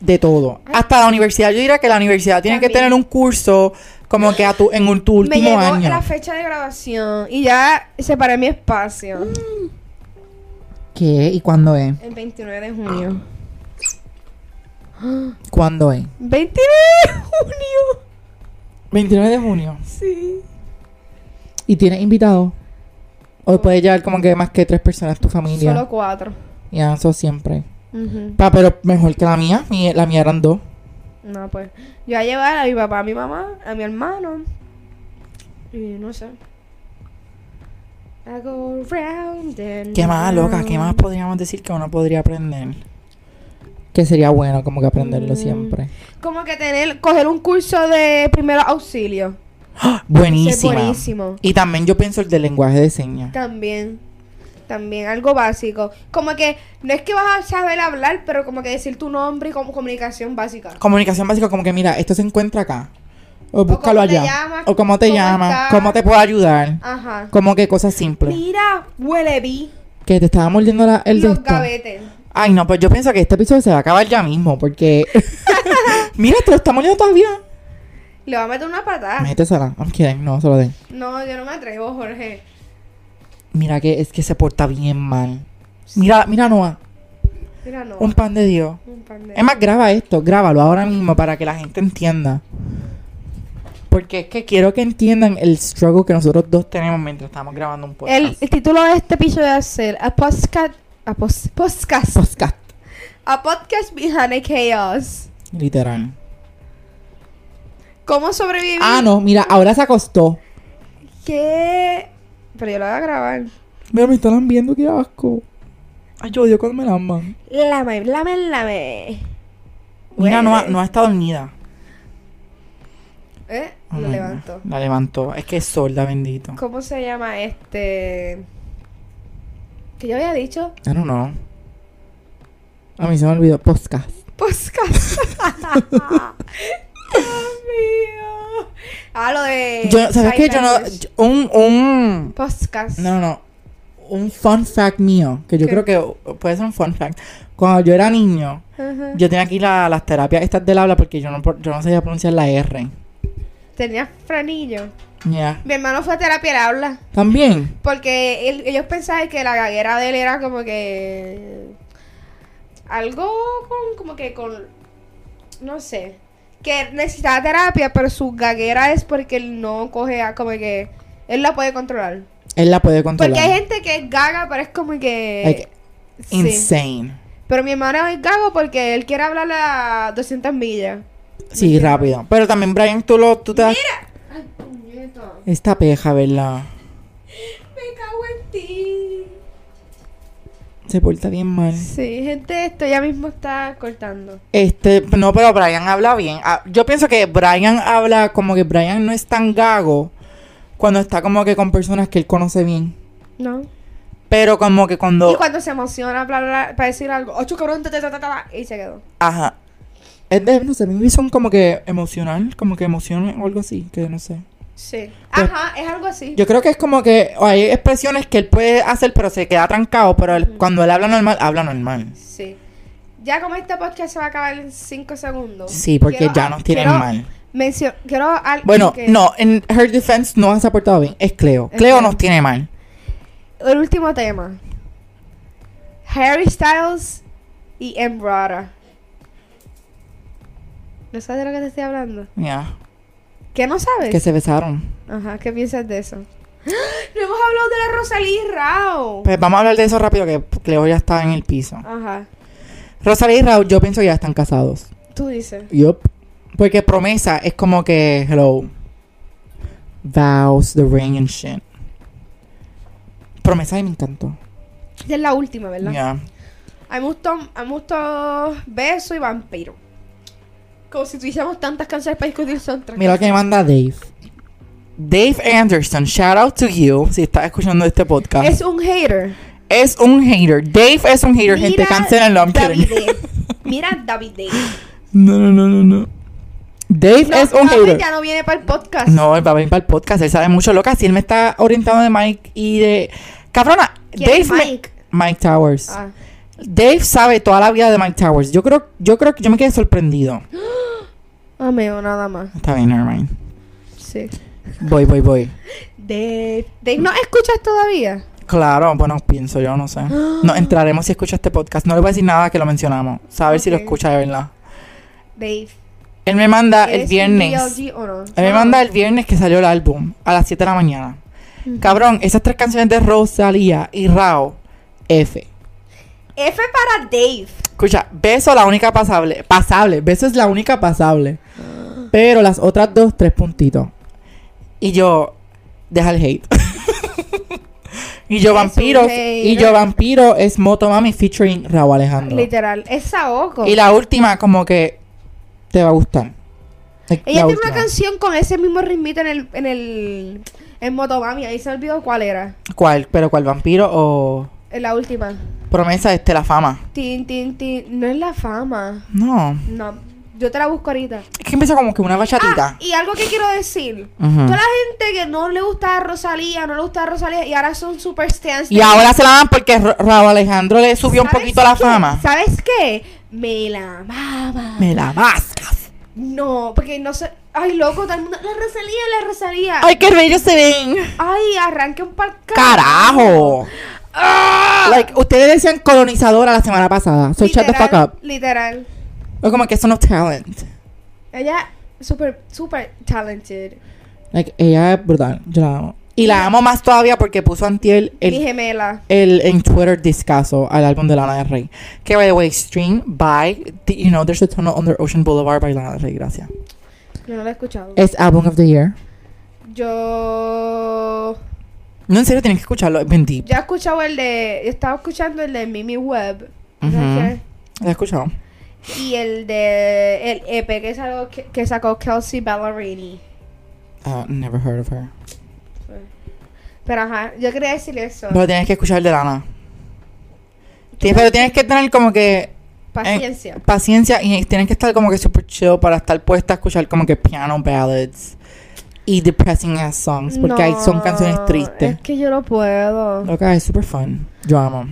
Speaker 2: de todo. Hasta la universidad, yo diría que la universidad tiene que
Speaker 1: También.
Speaker 2: tener un curso como que a tu, en un- tu
Speaker 1: Me
Speaker 2: último
Speaker 1: llegó
Speaker 2: año.
Speaker 1: la fecha de grabación y ya separé mi espacio.
Speaker 2: ¿Qué? ¿Y cuándo es?
Speaker 1: El 29 de junio.
Speaker 2: Ah. ¿Cuándo es?
Speaker 1: 29 de junio.
Speaker 2: 29 de junio.
Speaker 1: Sí.
Speaker 2: ¿Y tienes invitado? Hoy puedes llevar como que más que tres personas tu familia.
Speaker 1: Solo cuatro.
Speaker 2: Ya, eso siempre. Pa, pero mejor que la mía. Mi- la mía eran dos.
Speaker 1: No, pues. Yo voy a llevar a mi papá, a mi mamá, a mi hermano. Y no sé. I go round and
Speaker 2: Qué más, loca, qué más
Speaker 1: round.
Speaker 2: podríamos decir que uno podría aprender. Que sería bueno como que aprenderlo
Speaker 1: Mm.
Speaker 2: siempre.
Speaker 1: Como que tener, coger un curso de primeros auxilios.
Speaker 2: ¡Ah!
Speaker 1: Es
Speaker 2: Buenísima.
Speaker 1: buenísimo.
Speaker 2: Y también yo pienso el de lenguaje de señas.
Speaker 1: También. También algo básico. Como que no es que vas a saber hablar, pero como que decir tu nombre y como comunicación básica.
Speaker 2: Comunicación básica, como que mira, esto se encuentra acá. O búscalo
Speaker 1: cómo te
Speaker 2: allá.
Speaker 1: llamas,
Speaker 2: o cómo te
Speaker 1: cómo
Speaker 2: llamas.
Speaker 1: estás.
Speaker 2: Cómo te puedo ayudar.
Speaker 1: Ajá.
Speaker 2: Como que cosas simples.
Speaker 1: Mira, huele vi
Speaker 2: Que te estaba mordiendo la- el de
Speaker 1: los
Speaker 2: esto.
Speaker 1: gavetes.
Speaker 2: Ay, no, pues yo pienso que este episodio se va a acabar ya mismo. Porque. mira, te lo está mordiendo todavía.
Speaker 1: Le va a meter una patada.
Speaker 2: Métesela. I'm kidding. No, se lo den.
Speaker 1: No, yo no me atrevo, Jorge.
Speaker 2: Mira que es que se porta bien mal. Mira, mira Noah,
Speaker 1: Mira, no.
Speaker 2: un pan de Dios.
Speaker 1: Un pan de-
Speaker 2: Es más, graba esto, grábalo ahora mismo para que la gente entienda. Porque es que quiero que entiendan el struggle que nosotros dos tenemos mientras estamos grabando un podcast.
Speaker 1: El, el título de este episodio va a ser A Podcast. A pos- podcast.
Speaker 2: podcast,
Speaker 1: A Podcast Behind a Chaos.
Speaker 2: literal.
Speaker 1: ¿Cómo sobrevivir?
Speaker 2: Ah, no, mira, ahora se acostó.
Speaker 1: ¿Qué? Pero yo lo voy a grabar.
Speaker 2: Mira, me están viendo, qué asco. Ay, yo odio cuando me lamban.
Speaker 1: Lame, lame, lame.
Speaker 2: Mira,
Speaker 1: Bueno.
Speaker 2: Noah, Noah está dormida.
Speaker 1: ¿Eh?
Speaker 2: Oh
Speaker 1: Lo
Speaker 2: my
Speaker 1: levanto.
Speaker 2: God, La levantó. Es que es sorda, bendito.
Speaker 1: ¿Cómo se llama este? Que yo había dicho.
Speaker 2: I don't know. A mí se me olvidó podcast.
Speaker 1: Podcast. Dios mío. Ah, lo de.
Speaker 2: Yo, ¿Sabes qué? Yo no.
Speaker 1: Skylanders.
Speaker 2: yo- un, un.
Speaker 1: Podcast.
Speaker 2: No, no, no. Un fun fact mío. Que yo
Speaker 1: ¿Qué?
Speaker 2: creo que uh, puede ser un fun fact. Cuando yo era niño,
Speaker 1: Ajá.
Speaker 2: yo tenía aquí la- las terapias estas del habla porque yo no, por- yo no sabía pronunciar la R.
Speaker 1: Tenía franillo.
Speaker 2: Ya.
Speaker 1: Mi hermano fue a terapia del habla.
Speaker 2: También.
Speaker 1: Porque él- ellos pensaban que la gaguera de él era como que. Algo con, como que con no sé, que necesitaba terapia, pero su gaguera es porque él no coge a como que él la puede controlar.
Speaker 2: Él la puede controlar.
Speaker 1: Porque hay gente que es gaga, pero es como que
Speaker 2: Like,
Speaker 1: sí.
Speaker 2: Insane.
Speaker 1: Pero mi hermano es gago porque él quiere hablar a 200 millas.
Speaker 2: Sí, rápido. Pero también, Brian, tú, lo, tú te das...
Speaker 1: Ay, puñeta.
Speaker 2: Esta peja, ¿verdad?
Speaker 1: Me cago en ti.
Speaker 2: Se porta bien mal.
Speaker 1: Sí, gente, esto ya mismo está cortando.
Speaker 2: Este, no, pero Brian habla bien. Ah, Yo pienso que Brian habla como que Brian no es tan gago cuando está como que con personas que él conoce bien.
Speaker 1: ¿No?
Speaker 2: Pero como que cuando...
Speaker 1: Y cuando se emociona bla, bla, bla, para decir algo, ocho cabrón, ta, ta, ta, ta, ta, y se quedó.
Speaker 2: Ajá. Es de, no sé, maybe son como que emocional, como que emociones o algo así, que no sé.
Speaker 1: Sí.
Speaker 2: Pues-
Speaker 1: Ajá, es algo así.
Speaker 2: Yo creo que es como que o hay expresiones que él puede hacer, pero se queda trancado, pero él- cuando él habla normal, habla normal.
Speaker 1: Sí. Ya como este podcast se va a acabar en 5 segundos.
Speaker 2: Sí, porque
Speaker 1: quiero-
Speaker 2: ya nos tienen
Speaker 1: quiero
Speaker 2: mal.
Speaker 1: mencio- quiero al-
Speaker 2: Bueno,
Speaker 1: que-
Speaker 2: no, en Her Defense no se ha portado bien, es Cleo.
Speaker 1: Es
Speaker 2: Cleo
Speaker 1: Cleo.
Speaker 2: nos tiene mal.
Speaker 1: El último tema. Harry Styles y Embrada. ¿No sabes de lo que te estoy hablando?
Speaker 2: Ya,
Speaker 1: ¿Qué no sabes?
Speaker 2: que se besaron.
Speaker 1: Ajá, ¿qué piensas de eso? No hemos hablado de la Rosalía y Rao.
Speaker 2: Pues vamos a hablar de eso rápido, que Cleo ya está en el piso.
Speaker 1: Ajá,
Speaker 2: Rosalía y Raúl, yo pienso que ya están casados.
Speaker 1: tú dices.
Speaker 2: Yup. Porque promesa es como que, hello, vows, the ring and shit. Promesa y me encantó.
Speaker 1: Esta es la última, ¿verdad?
Speaker 2: Ya.
Speaker 1: A mí me gustó, a mí me gustó Beso y Vampiro. Como si tuviésemos tantas canciones para discutir son
Speaker 2: Mira lo que me manda Dave. Dave Anderson, shout out to you si estás escuchando este podcast. Es,
Speaker 1: Es un hater.
Speaker 2: un hater. Dave es un hater. Gente, cancelenlo. I'm kidding.
Speaker 1: Davide. E. Mira E. Davide.
Speaker 2: No, no, no, no, no. Dave
Speaker 1: No,
Speaker 2: es un
Speaker 1: David E
Speaker 2: hater.
Speaker 1: ya no viene para el podcast.
Speaker 2: No, él va a venir para el podcast. Él sabe mucho, loca. Si él me está orientando de Mike y de. Cabrona,
Speaker 1: ¿Quién
Speaker 2: Dave.
Speaker 1: es
Speaker 2: me-
Speaker 1: Mike?
Speaker 2: Mike Towers.
Speaker 1: Ah.
Speaker 2: Dave sabe toda la vida de Mike Towers. Yo creo, yo creo que yo me quedé sorprendido.
Speaker 1: Amigo, ah, nada más.
Speaker 2: Está bien, nevermind.
Speaker 1: Sí.
Speaker 2: Voy, voy, voy.
Speaker 1: Dave. Dave, ¿no escuchas todavía?
Speaker 2: Claro, bueno, pienso yo, no sé. Nos entraremos si escucha este podcast. No le voy a decir nada que lo mencionamos. Saber si lo
Speaker 1: Ok.
Speaker 2: escucha de verdad.
Speaker 1: Dave.
Speaker 2: Él me manda
Speaker 1: ¿eres
Speaker 2: el
Speaker 1: un
Speaker 2: Ah, viernes.
Speaker 1: DLG o no?
Speaker 2: Él me manda el viernes que salió el álbum a las 7 de la mañana. Cabrón, esas tres canciones de Rosalía y Rao, F.
Speaker 1: F para Dave.
Speaker 2: Escucha, beso la única pasable. Pasable, beso es la única pasable. Pero las otras dos, tres puntitos. Y yo, deja el hate. y
Speaker 1: Es
Speaker 2: yo,
Speaker 1: un
Speaker 2: vampiros. Y yo,
Speaker 1: hater.
Speaker 2: vampiro es Motomami featuring Raúl Alejandro.
Speaker 1: Literal. Es Saoko.
Speaker 2: Y la última, como que te va a gustar. Es la
Speaker 1: Ella tiene
Speaker 2: última.
Speaker 1: una canción con ese mismo ritmito en el, en el, en Motomami, ahí se me olvidó cuál era,
Speaker 2: ¿Cuál? ¿Pero cuál? ¿Vampiro o
Speaker 1: en la última.
Speaker 2: promesa este, la fama?
Speaker 1: Tin, tin, tin, no es la fama,
Speaker 2: No.
Speaker 1: no, yo te la busco ahorita.
Speaker 2: Es que empieza como que una
Speaker 1: Ah,
Speaker 2: bachatita.
Speaker 1: y algo que quiero decir,
Speaker 2: Ujú.
Speaker 1: toda la gente que no le gusta a Rosalía, no le gusta a Rosalía, y ahora son super stans.
Speaker 2: Y ahora se la dan porque Ra- Raúl Alejandro le subió un poquito la fama.
Speaker 1: ¿Sabes qué? Me la mama.
Speaker 2: Me la vascas.
Speaker 1: No, porque no sé, ay loco, todo el mundo, la Rosalía, la Rosalía.
Speaker 2: Ay, qué bellos se ven.
Speaker 1: Ay, arranque un par
Speaker 2: Carajo.
Speaker 1: ¡Ah!
Speaker 2: Like, ustedes decían colonizadora la semana pasada. So shut the fuck
Speaker 1: Literal,
Speaker 2: up.
Speaker 1: Literal.
Speaker 2: Es como que eso no es talent.
Speaker 1: Ella super super talented.
Speaker 2: Like, ella es brutal. Yo la amo. Y la amo más todavía porque puso antiel
Speaker 1: Mi
Speaker 2: el,
Speaker 1: gemela.
Speaker 2: el en Twitter discazo al álbum de Lana del Rey. Que, by the way, stream by... the- you know, there's a tunnel under Ocean Boulevard by Lana del Rey. Gracias.
Speaker 1: Yo no la he escuchado.
Speaker 2: Es album of the year.
Speaker 1: Yo
Speaker 2: No, en serio, tienes que escucharlo. Es bien deep.
Speaker 1: ya he escuchado el de. Yo estaba escuchando el de Mimi Webb. ¿sabes
Speaker 2: Ujú.
Speaker 1: qué?
Speaker 2: ¿Lo has escuchado?
Speaker 1: Y el de el EP que sacó, que sacó Kelsey Ballerini.
Speaker 2: Uh, never heard of her.
Speaker 1: Pero ajá, yo quería decir eso.
Speaker 2: Pero tienes que escuchar el de Lana. Tienes- pero tienes que tener como que
Speaker 1: Paciencia.
Speaker 2: paciencia y tienes que estar como que super chill para estar puesta a escuchar como que piano ballads y depressing ass songs porque hay, son
Speaker 1: No,
Speaker 2: canciones tristes.
Speaker 1: Es que yo no puedo.
Speaker 2: Loca, es super fun. Yo amo.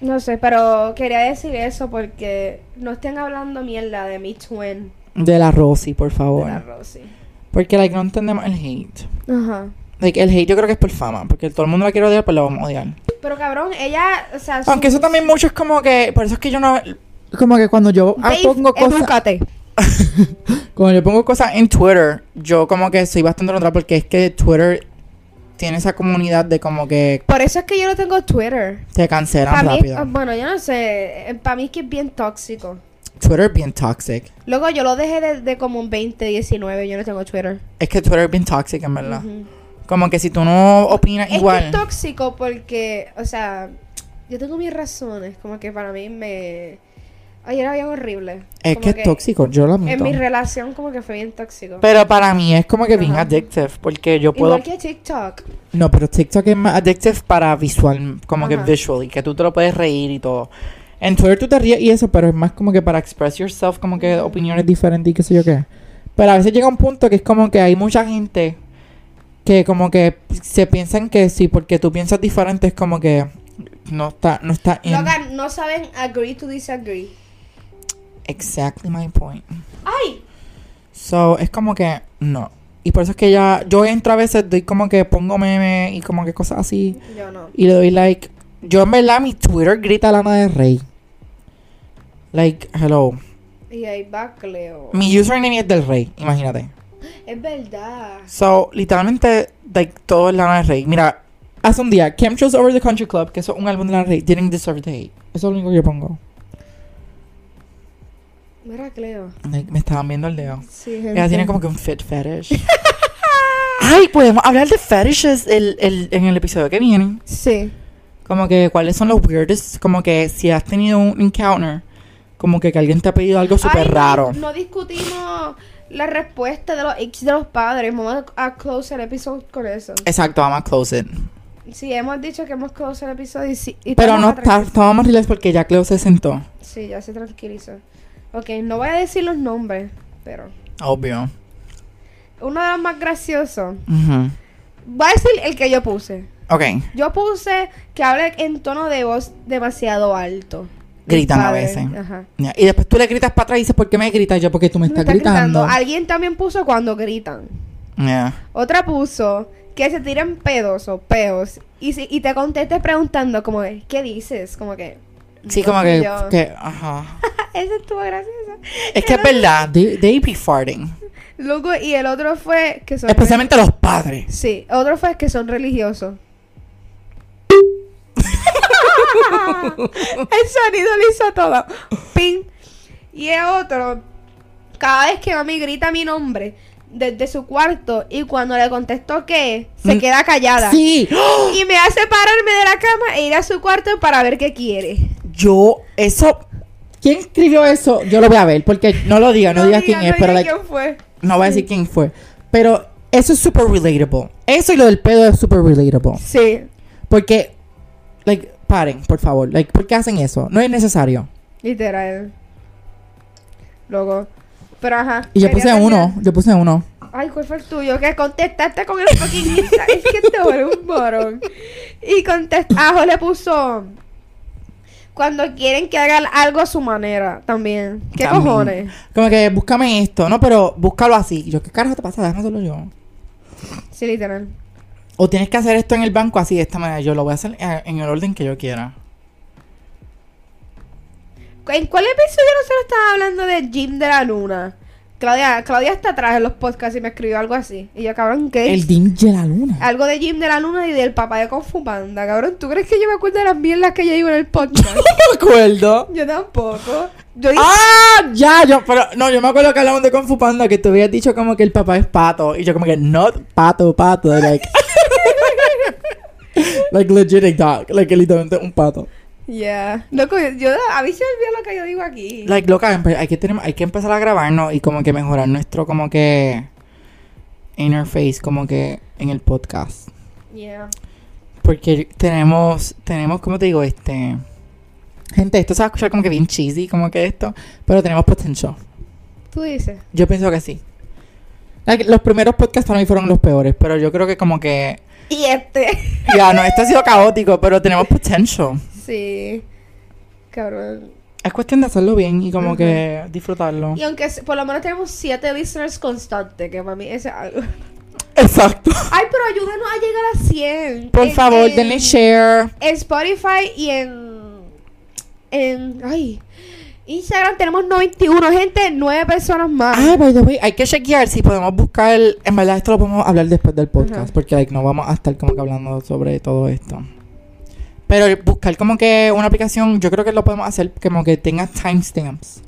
Speaker 1: No sé, pero quería decir eso porque no estén hablando mierda de mi twin.
Speaker 2: De la Rosy, por
Speaker 1: De
Speaker 2: favor.
Speaker 1: la Rosie.
Speaker 2: Porque, like, no entendemos el hate.
Speaker 1: Ajá.
Speaker 2: Like, el hate yo creo que es por fama. Porque todo el mundo la quiere odiar, pues la vamos a odiar.
Speaker 1: Pero cabrón, ella, o sea, su-
Speaker 2: Aunque eso también mucho es como que... Por eso es que yo no... como que cuando yo ah,
Speaker 1: Dave,
Speaker 2: pongo cosas
Speaker 1: edúcate.
Speaker 2: Cuando yo pongo cosas en Twitter, yo como que soy bastante neutral porque es que Twitter tiene esa comunidad de como que
Speaker 1: Por eso es que yo no tengo Twitter.
Speaker 2: te cancelan
Speaker 1: Para mí,
Speaker 2: rápido.
Speaker 1: es- bueno, yo no sé. Para mí es que es bien tóxico.
Speaker 2: Twitter es bien toxic.
Speaker 1: Luego yo lo dejé desde como un 20, 19. Yo no tengo Twitter.
Speaker 2: Es que Twitter es bien toxic, en verdad.
Speaker 1: Ujú.
Speaker 2: Como que si tú no opinas
Speaker 1: Es que
Speaker 2: igual.
Speaker 1: es tóxico porque, o sea, yo tengo mis razones. Como que para mí me. Ay, era bien horrible.
Speaker 2: Es
Speaker 1: Como
Speaker 2: que es tóxico, yo lo
Speaker 1: En
Speaker 2: admito.
Speaker 1: mi relación, como que fue bien tóxico.
Speaker 2: Pero para mí es como que bien
Speaker 1: Ajá.
Speaker 2: addictive porque yo puedo...
Speaker 1: Igual que TikTok.
Speaker 2: No, pero TikTok es más addictive para visual, como
Speaker 1: Ajá.
Speaker 2: que visual, y que tú te lo puedes reír y todo. En Twitter tú te ríes y eso, pero es más como que para express yourself, como que opiniones diferentes y qué sé yo qué. Pero a veces llega un punto que es como que hay mucha gente que como que se piensan que sí, porque tú piensas diferente es como que no está, no está en...
Speaker 1: Loca, no saben agree to disagree.
Speaker 2: Exactly my point.
Speaker 1: ¡Ay!
Speaker 2: So, es como que no. Y por eso es que ya, yo entro a veces, doy como que pongo memes y como que cosas así.
Speaker 1: Yo no.
Speaker 2: Y le doy like. Yo en verdad mi Twitter grita Lana de Rey. Like, hello.
Speaker 1: Y ahí va Cleo.
Speaker 2: Mi username es del Rey, imagínate.
Speaker 1: Es verdad.
Speaker 2: So, literalmente, like, todo es Lana de Rey. Mira, hace un día, Chemtrails Over the Country Club, que eso es un álbum de Lana de Rey, didn't deserve the hate. Eso es lo único que yo pongo.
Speaker 1: Mira Cleo.
Speaker 2: Like, me estaban viendo el dedo.
Speaker 1: Sí, gente.
Speaker 2: Ella tiene como que un fit fetish. Ay, podemos hablar de fetishes el, el- en el episodio que viene.
Speaker 1: Sí.
Speaker 2: Como que, ¿cuáles son los weirdest? Como que, si has tenido un encounter, como que, que alguien te ha pedido algo
Speaker 1: Ay,
Speaker 2: súper
Speaker 1: no,
Speaker 2: raro.
Speaker 1: No, discutimos la respuesta de los ex de los padres. Vamos a a close el episodio con eso.
Speaker 2: Exacto, vamos a close it.
Speaker 1: Sí, hemos dicho que hemos close el episodio y sí. y
Speaker 2: Pero
Speaker 1: estamos
Speaker 2: no,
Speaker 1: atrás.
Speaker 2: está- estábamos relax porque ya Cleo se sentó.
Speaker 1: Sí, ya se tranquilizó. Ok, no voy a decir los nombres, pero.
Speaker 2: Obvio.
Speaker 1: Uno de los más graciosos. Voy a decir el que yo puse.
Speaker 2: Ok,
Speaker 1: Yo puse que hable en tono de voz demasiado alto. Del
Speaker 2: gritan a
Speaker 1: padre.
Speaker 2: veces.
Speaker 1: Ajá.
Speaker 2: Ya, Y después tú le gritas para atrás y dices, ¿por qué me gritas? Yo, porque tú me
Speaker 1: Me
Speaker 2: estás
Speaker 1: está gritando.
Speaker 2: gritando.
Speaker 1: Alguien también puso cuando gritan.
Speaker 2: Ya.
Speaker 1: Otra puso que se tiran pedos o peos. Y, si, y te conteste preguntando como, que, ¿qué dices? Como que...
Speaker 2: Sí,
Speaker 1: no
Speaker 2: como
Speaker 1: sé
Speaker 2: que,
Speaker 1: yo.
Speaker 2: que- ajá.
Speaker 1: Ese estuvo gracioso.
Speaker 2: Es que es verdad, they, they be farting.
Speaker 1: Luego, y el otro fue que son...
Speaker 2: Especialmente los padres.
Speaker 1: Sí, otro fue que son religiosos. el sonido lo hizo todo. Pin. Y el otro, cada vez que mami grita mi nombre desde su cuarto y cuando le contesto que, se
Speaker 2: Mm.
Speaker 1: queda callada.
Speaker 2: Sí.
Speaker 1: Y me hace pararme de la cama e ir a su cuarto para ver qué quiere.
Speaker 2: Yo, eso... ¿Quién escribió eso? Yo lo voy a ver, porque no lo diga, no, digas
Speaker 1: diga-
Speaker 2: quién es,
Speaker 1: no
Speaker 2: pero
Speaker 1: diga
Speaker 2: like,
Speaker 1: quién fue.
Speaker 2: no voy a decir quién fue. Pero eso es súper relatable. Eso y lo del pedo es súper relatable.
Speaker 1: Sí,
Speaker 2: Porque, like, paren, por favor. Like, ¿por qué hacen eso? No es necesario.
Speaker 1: literal. Luego. Pero ajá.
Speaker 2: Y yo
Speaker 1: quería
Speaker 2: puse
Speaker 1: terminar.
Speaker 2: uno, yo puse uno.
Speaker 1: Ay, ¿cuál fue el tuyo? Que contestaste con el fucking Insta. Es que te vuelve un morón. Y contestó. Ajo le puso. Cuando quieren que hagan algo a su manera también. ¿Qué
Speaker 2: También.
Speaker 1: cojones?
Speaker 2: Como que búscame esto, no, pero búscalo así. Y Yo, ¿qué carajo te pasa? Déjame hacerlo yo.
Speaker 1: Sí, literal.
Speaker 2: O tienes que hacer esto en el banco así de esta manera. Yo lo voy a hacer eh, en el orden que yo quiera.
Speaker 1: ¿En cuál episodio nosotros estábamos hablando de Jim de la Luna? Claudia, Claudia está atrás en los podcasts y me escribió algo así. Y yo, cabrón, ¿qué?
Speaker 2: El dim de la luna.
Speaker 1: Algo de Jim de la Luna y del papá de Confumanda, cabrón. ¿Tú crees que yo me acuerdo de las mierdas que yo digo en el podcast?
Speaker 2: No me acuerdo.
Speaker 1: yo tampoco. Yo dije,
Speaker 2: ¡Ah! Ya, yo, pero no, yo me acuerdo que hablamos de Kung Fu Panda que te habías dicho como que el papá es pato. Y yo, como que, no, pato, pato. Like, like legit a dog. Like, literalmente un pato.
Speaker 1: Yeah. Loco, yo, yo- a mí se me olvida lo que yo digo aquí.
Speaker 2: Like, loca, empe- hay que, tener, hay que empezar a grabarnos y como que mejorar nuestro como que interface como que en el podcast.
Speaker 1: Yeah.
Speaker 2: Porque tenemos, tenemos, ¿cómo te digo? Este... Gente, esto se va a escuchar como que bien cheesy, como que esto, pero tenemos potencial.
Speaker 1: Tú dices.
Speaker 2: Yo pienso que sí. Like, los primeros podcasts para mí fueron los peores, pero yo creo que como que...
Speaker 1: Y este.
Speaker 2: Ya, no, esto ha sido caótico, pero tenemos potencial.
Speaker 1: sí. Cabrón.
Speaker 2: Es cuestión de hacerlo bien y como
Speaker 1: Ujú.
Speaker 2: que disfrutarlo.
Speaker 1: Y aunque se- por lo menos tenemos siete listeners constantes, que para mí ese es algo.
Speaker 2: Exacto.
Speaker 1: Ay, pero ayúdanos a llegar a 100.
Speaker 2: Por
Speaker 1: En-
Speaker 2: favor,
Speaker 1: en-
Speaker 2: denle share.
Speaker 1: En Spotify y en. En. Ay. Instagram tenemos 91 gente, 9 personas más.
Speaker 2: Ah, by the way, hay que chequear si podemos buscar. En verdad, esto lo podemos hablar después del podcast.
Speaker 1: Ajá.
Speaker 2: Porque like, no vamos a estar como que hablando sobre todo esto. Pero buscar como que una aplicación, yo creo que lo podemos hacer como que tenga timestamps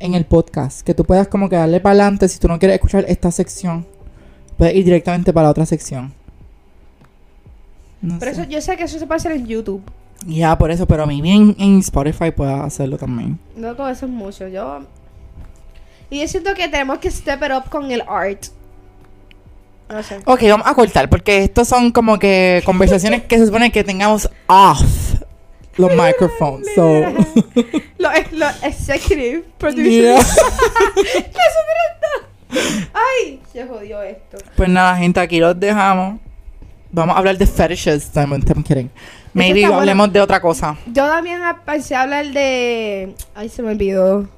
Speaker 2: en el podcast. Que tú puedas como que darle para adelante si tú no quieres escuchar esta sección. Puedes ir directamente para la otra sección. No
Speaker 1: Pero
Speaker 2: sé.
Speaker 1: eso, yo sé que eso se puede hacer en YouTube.
Speaker 2: Ya, por eso, pero a mí en, en Spotify puedes hacerlo también.
Speaker 1: No todo eso es mucho. Yo. Y yo siento que tenemos que step it up con el art. No sé.
Speaker 2: Ok, vamos a cortar porque estos son como que conversaciones que se supone que tengamos off los microphones. So,
Speaker 1: Los lo executive
Speaker 2: yeah.
Speaker 1: producers. Ay, se jodió esto.
Speaker 2: Pues nada, gente, aquí los dejamos. Vamos a hablar de fetishes. I'm, I'm kidding. Maybe
Speaker 1: está bueno.
Speaker 2: hablemos de otra cosa.
Speaker 1: Yo también a- pensé hablar de. Ay, se me olvidó.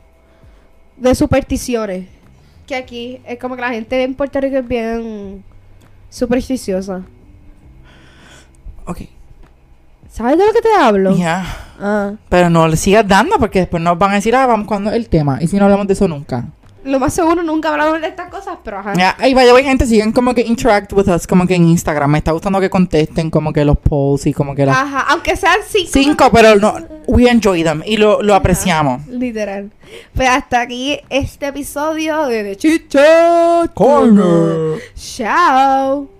Speaker 1: De supersticiones. Que aquí es como que la gente en Puerto Rico es bien supersticiosa.
Speaker 2: Ok.
Speaker 1: ¿Sabes de lo que te hablo?
Speaker 2: Yeah.
Speaker 1: Ah.
Speaker 2: Pero no le sigas dando porque después nos van a decir, ah, vamos cuando es el tema. Y si no hablamos de eso nunca.
Speaker 1: Lo más seguro nunca hablamos de estas cosas, pero ajá.
Speaker 2: Ya, y vaya, gente, sigan como que interact with us, como que en Instagram. Me está gustando que contesten como que los posts y como que las
Speaker 1: Ajá, aunque sean cinco.
Speaker 2: Cinco, pero no, we enjoy them y lo,
Speaker 1: Ah.
Speaker 2: lo apreciamos.
Speaker 1: Literal. Pues hasta aquí este episodio de The Chit Chat Chao.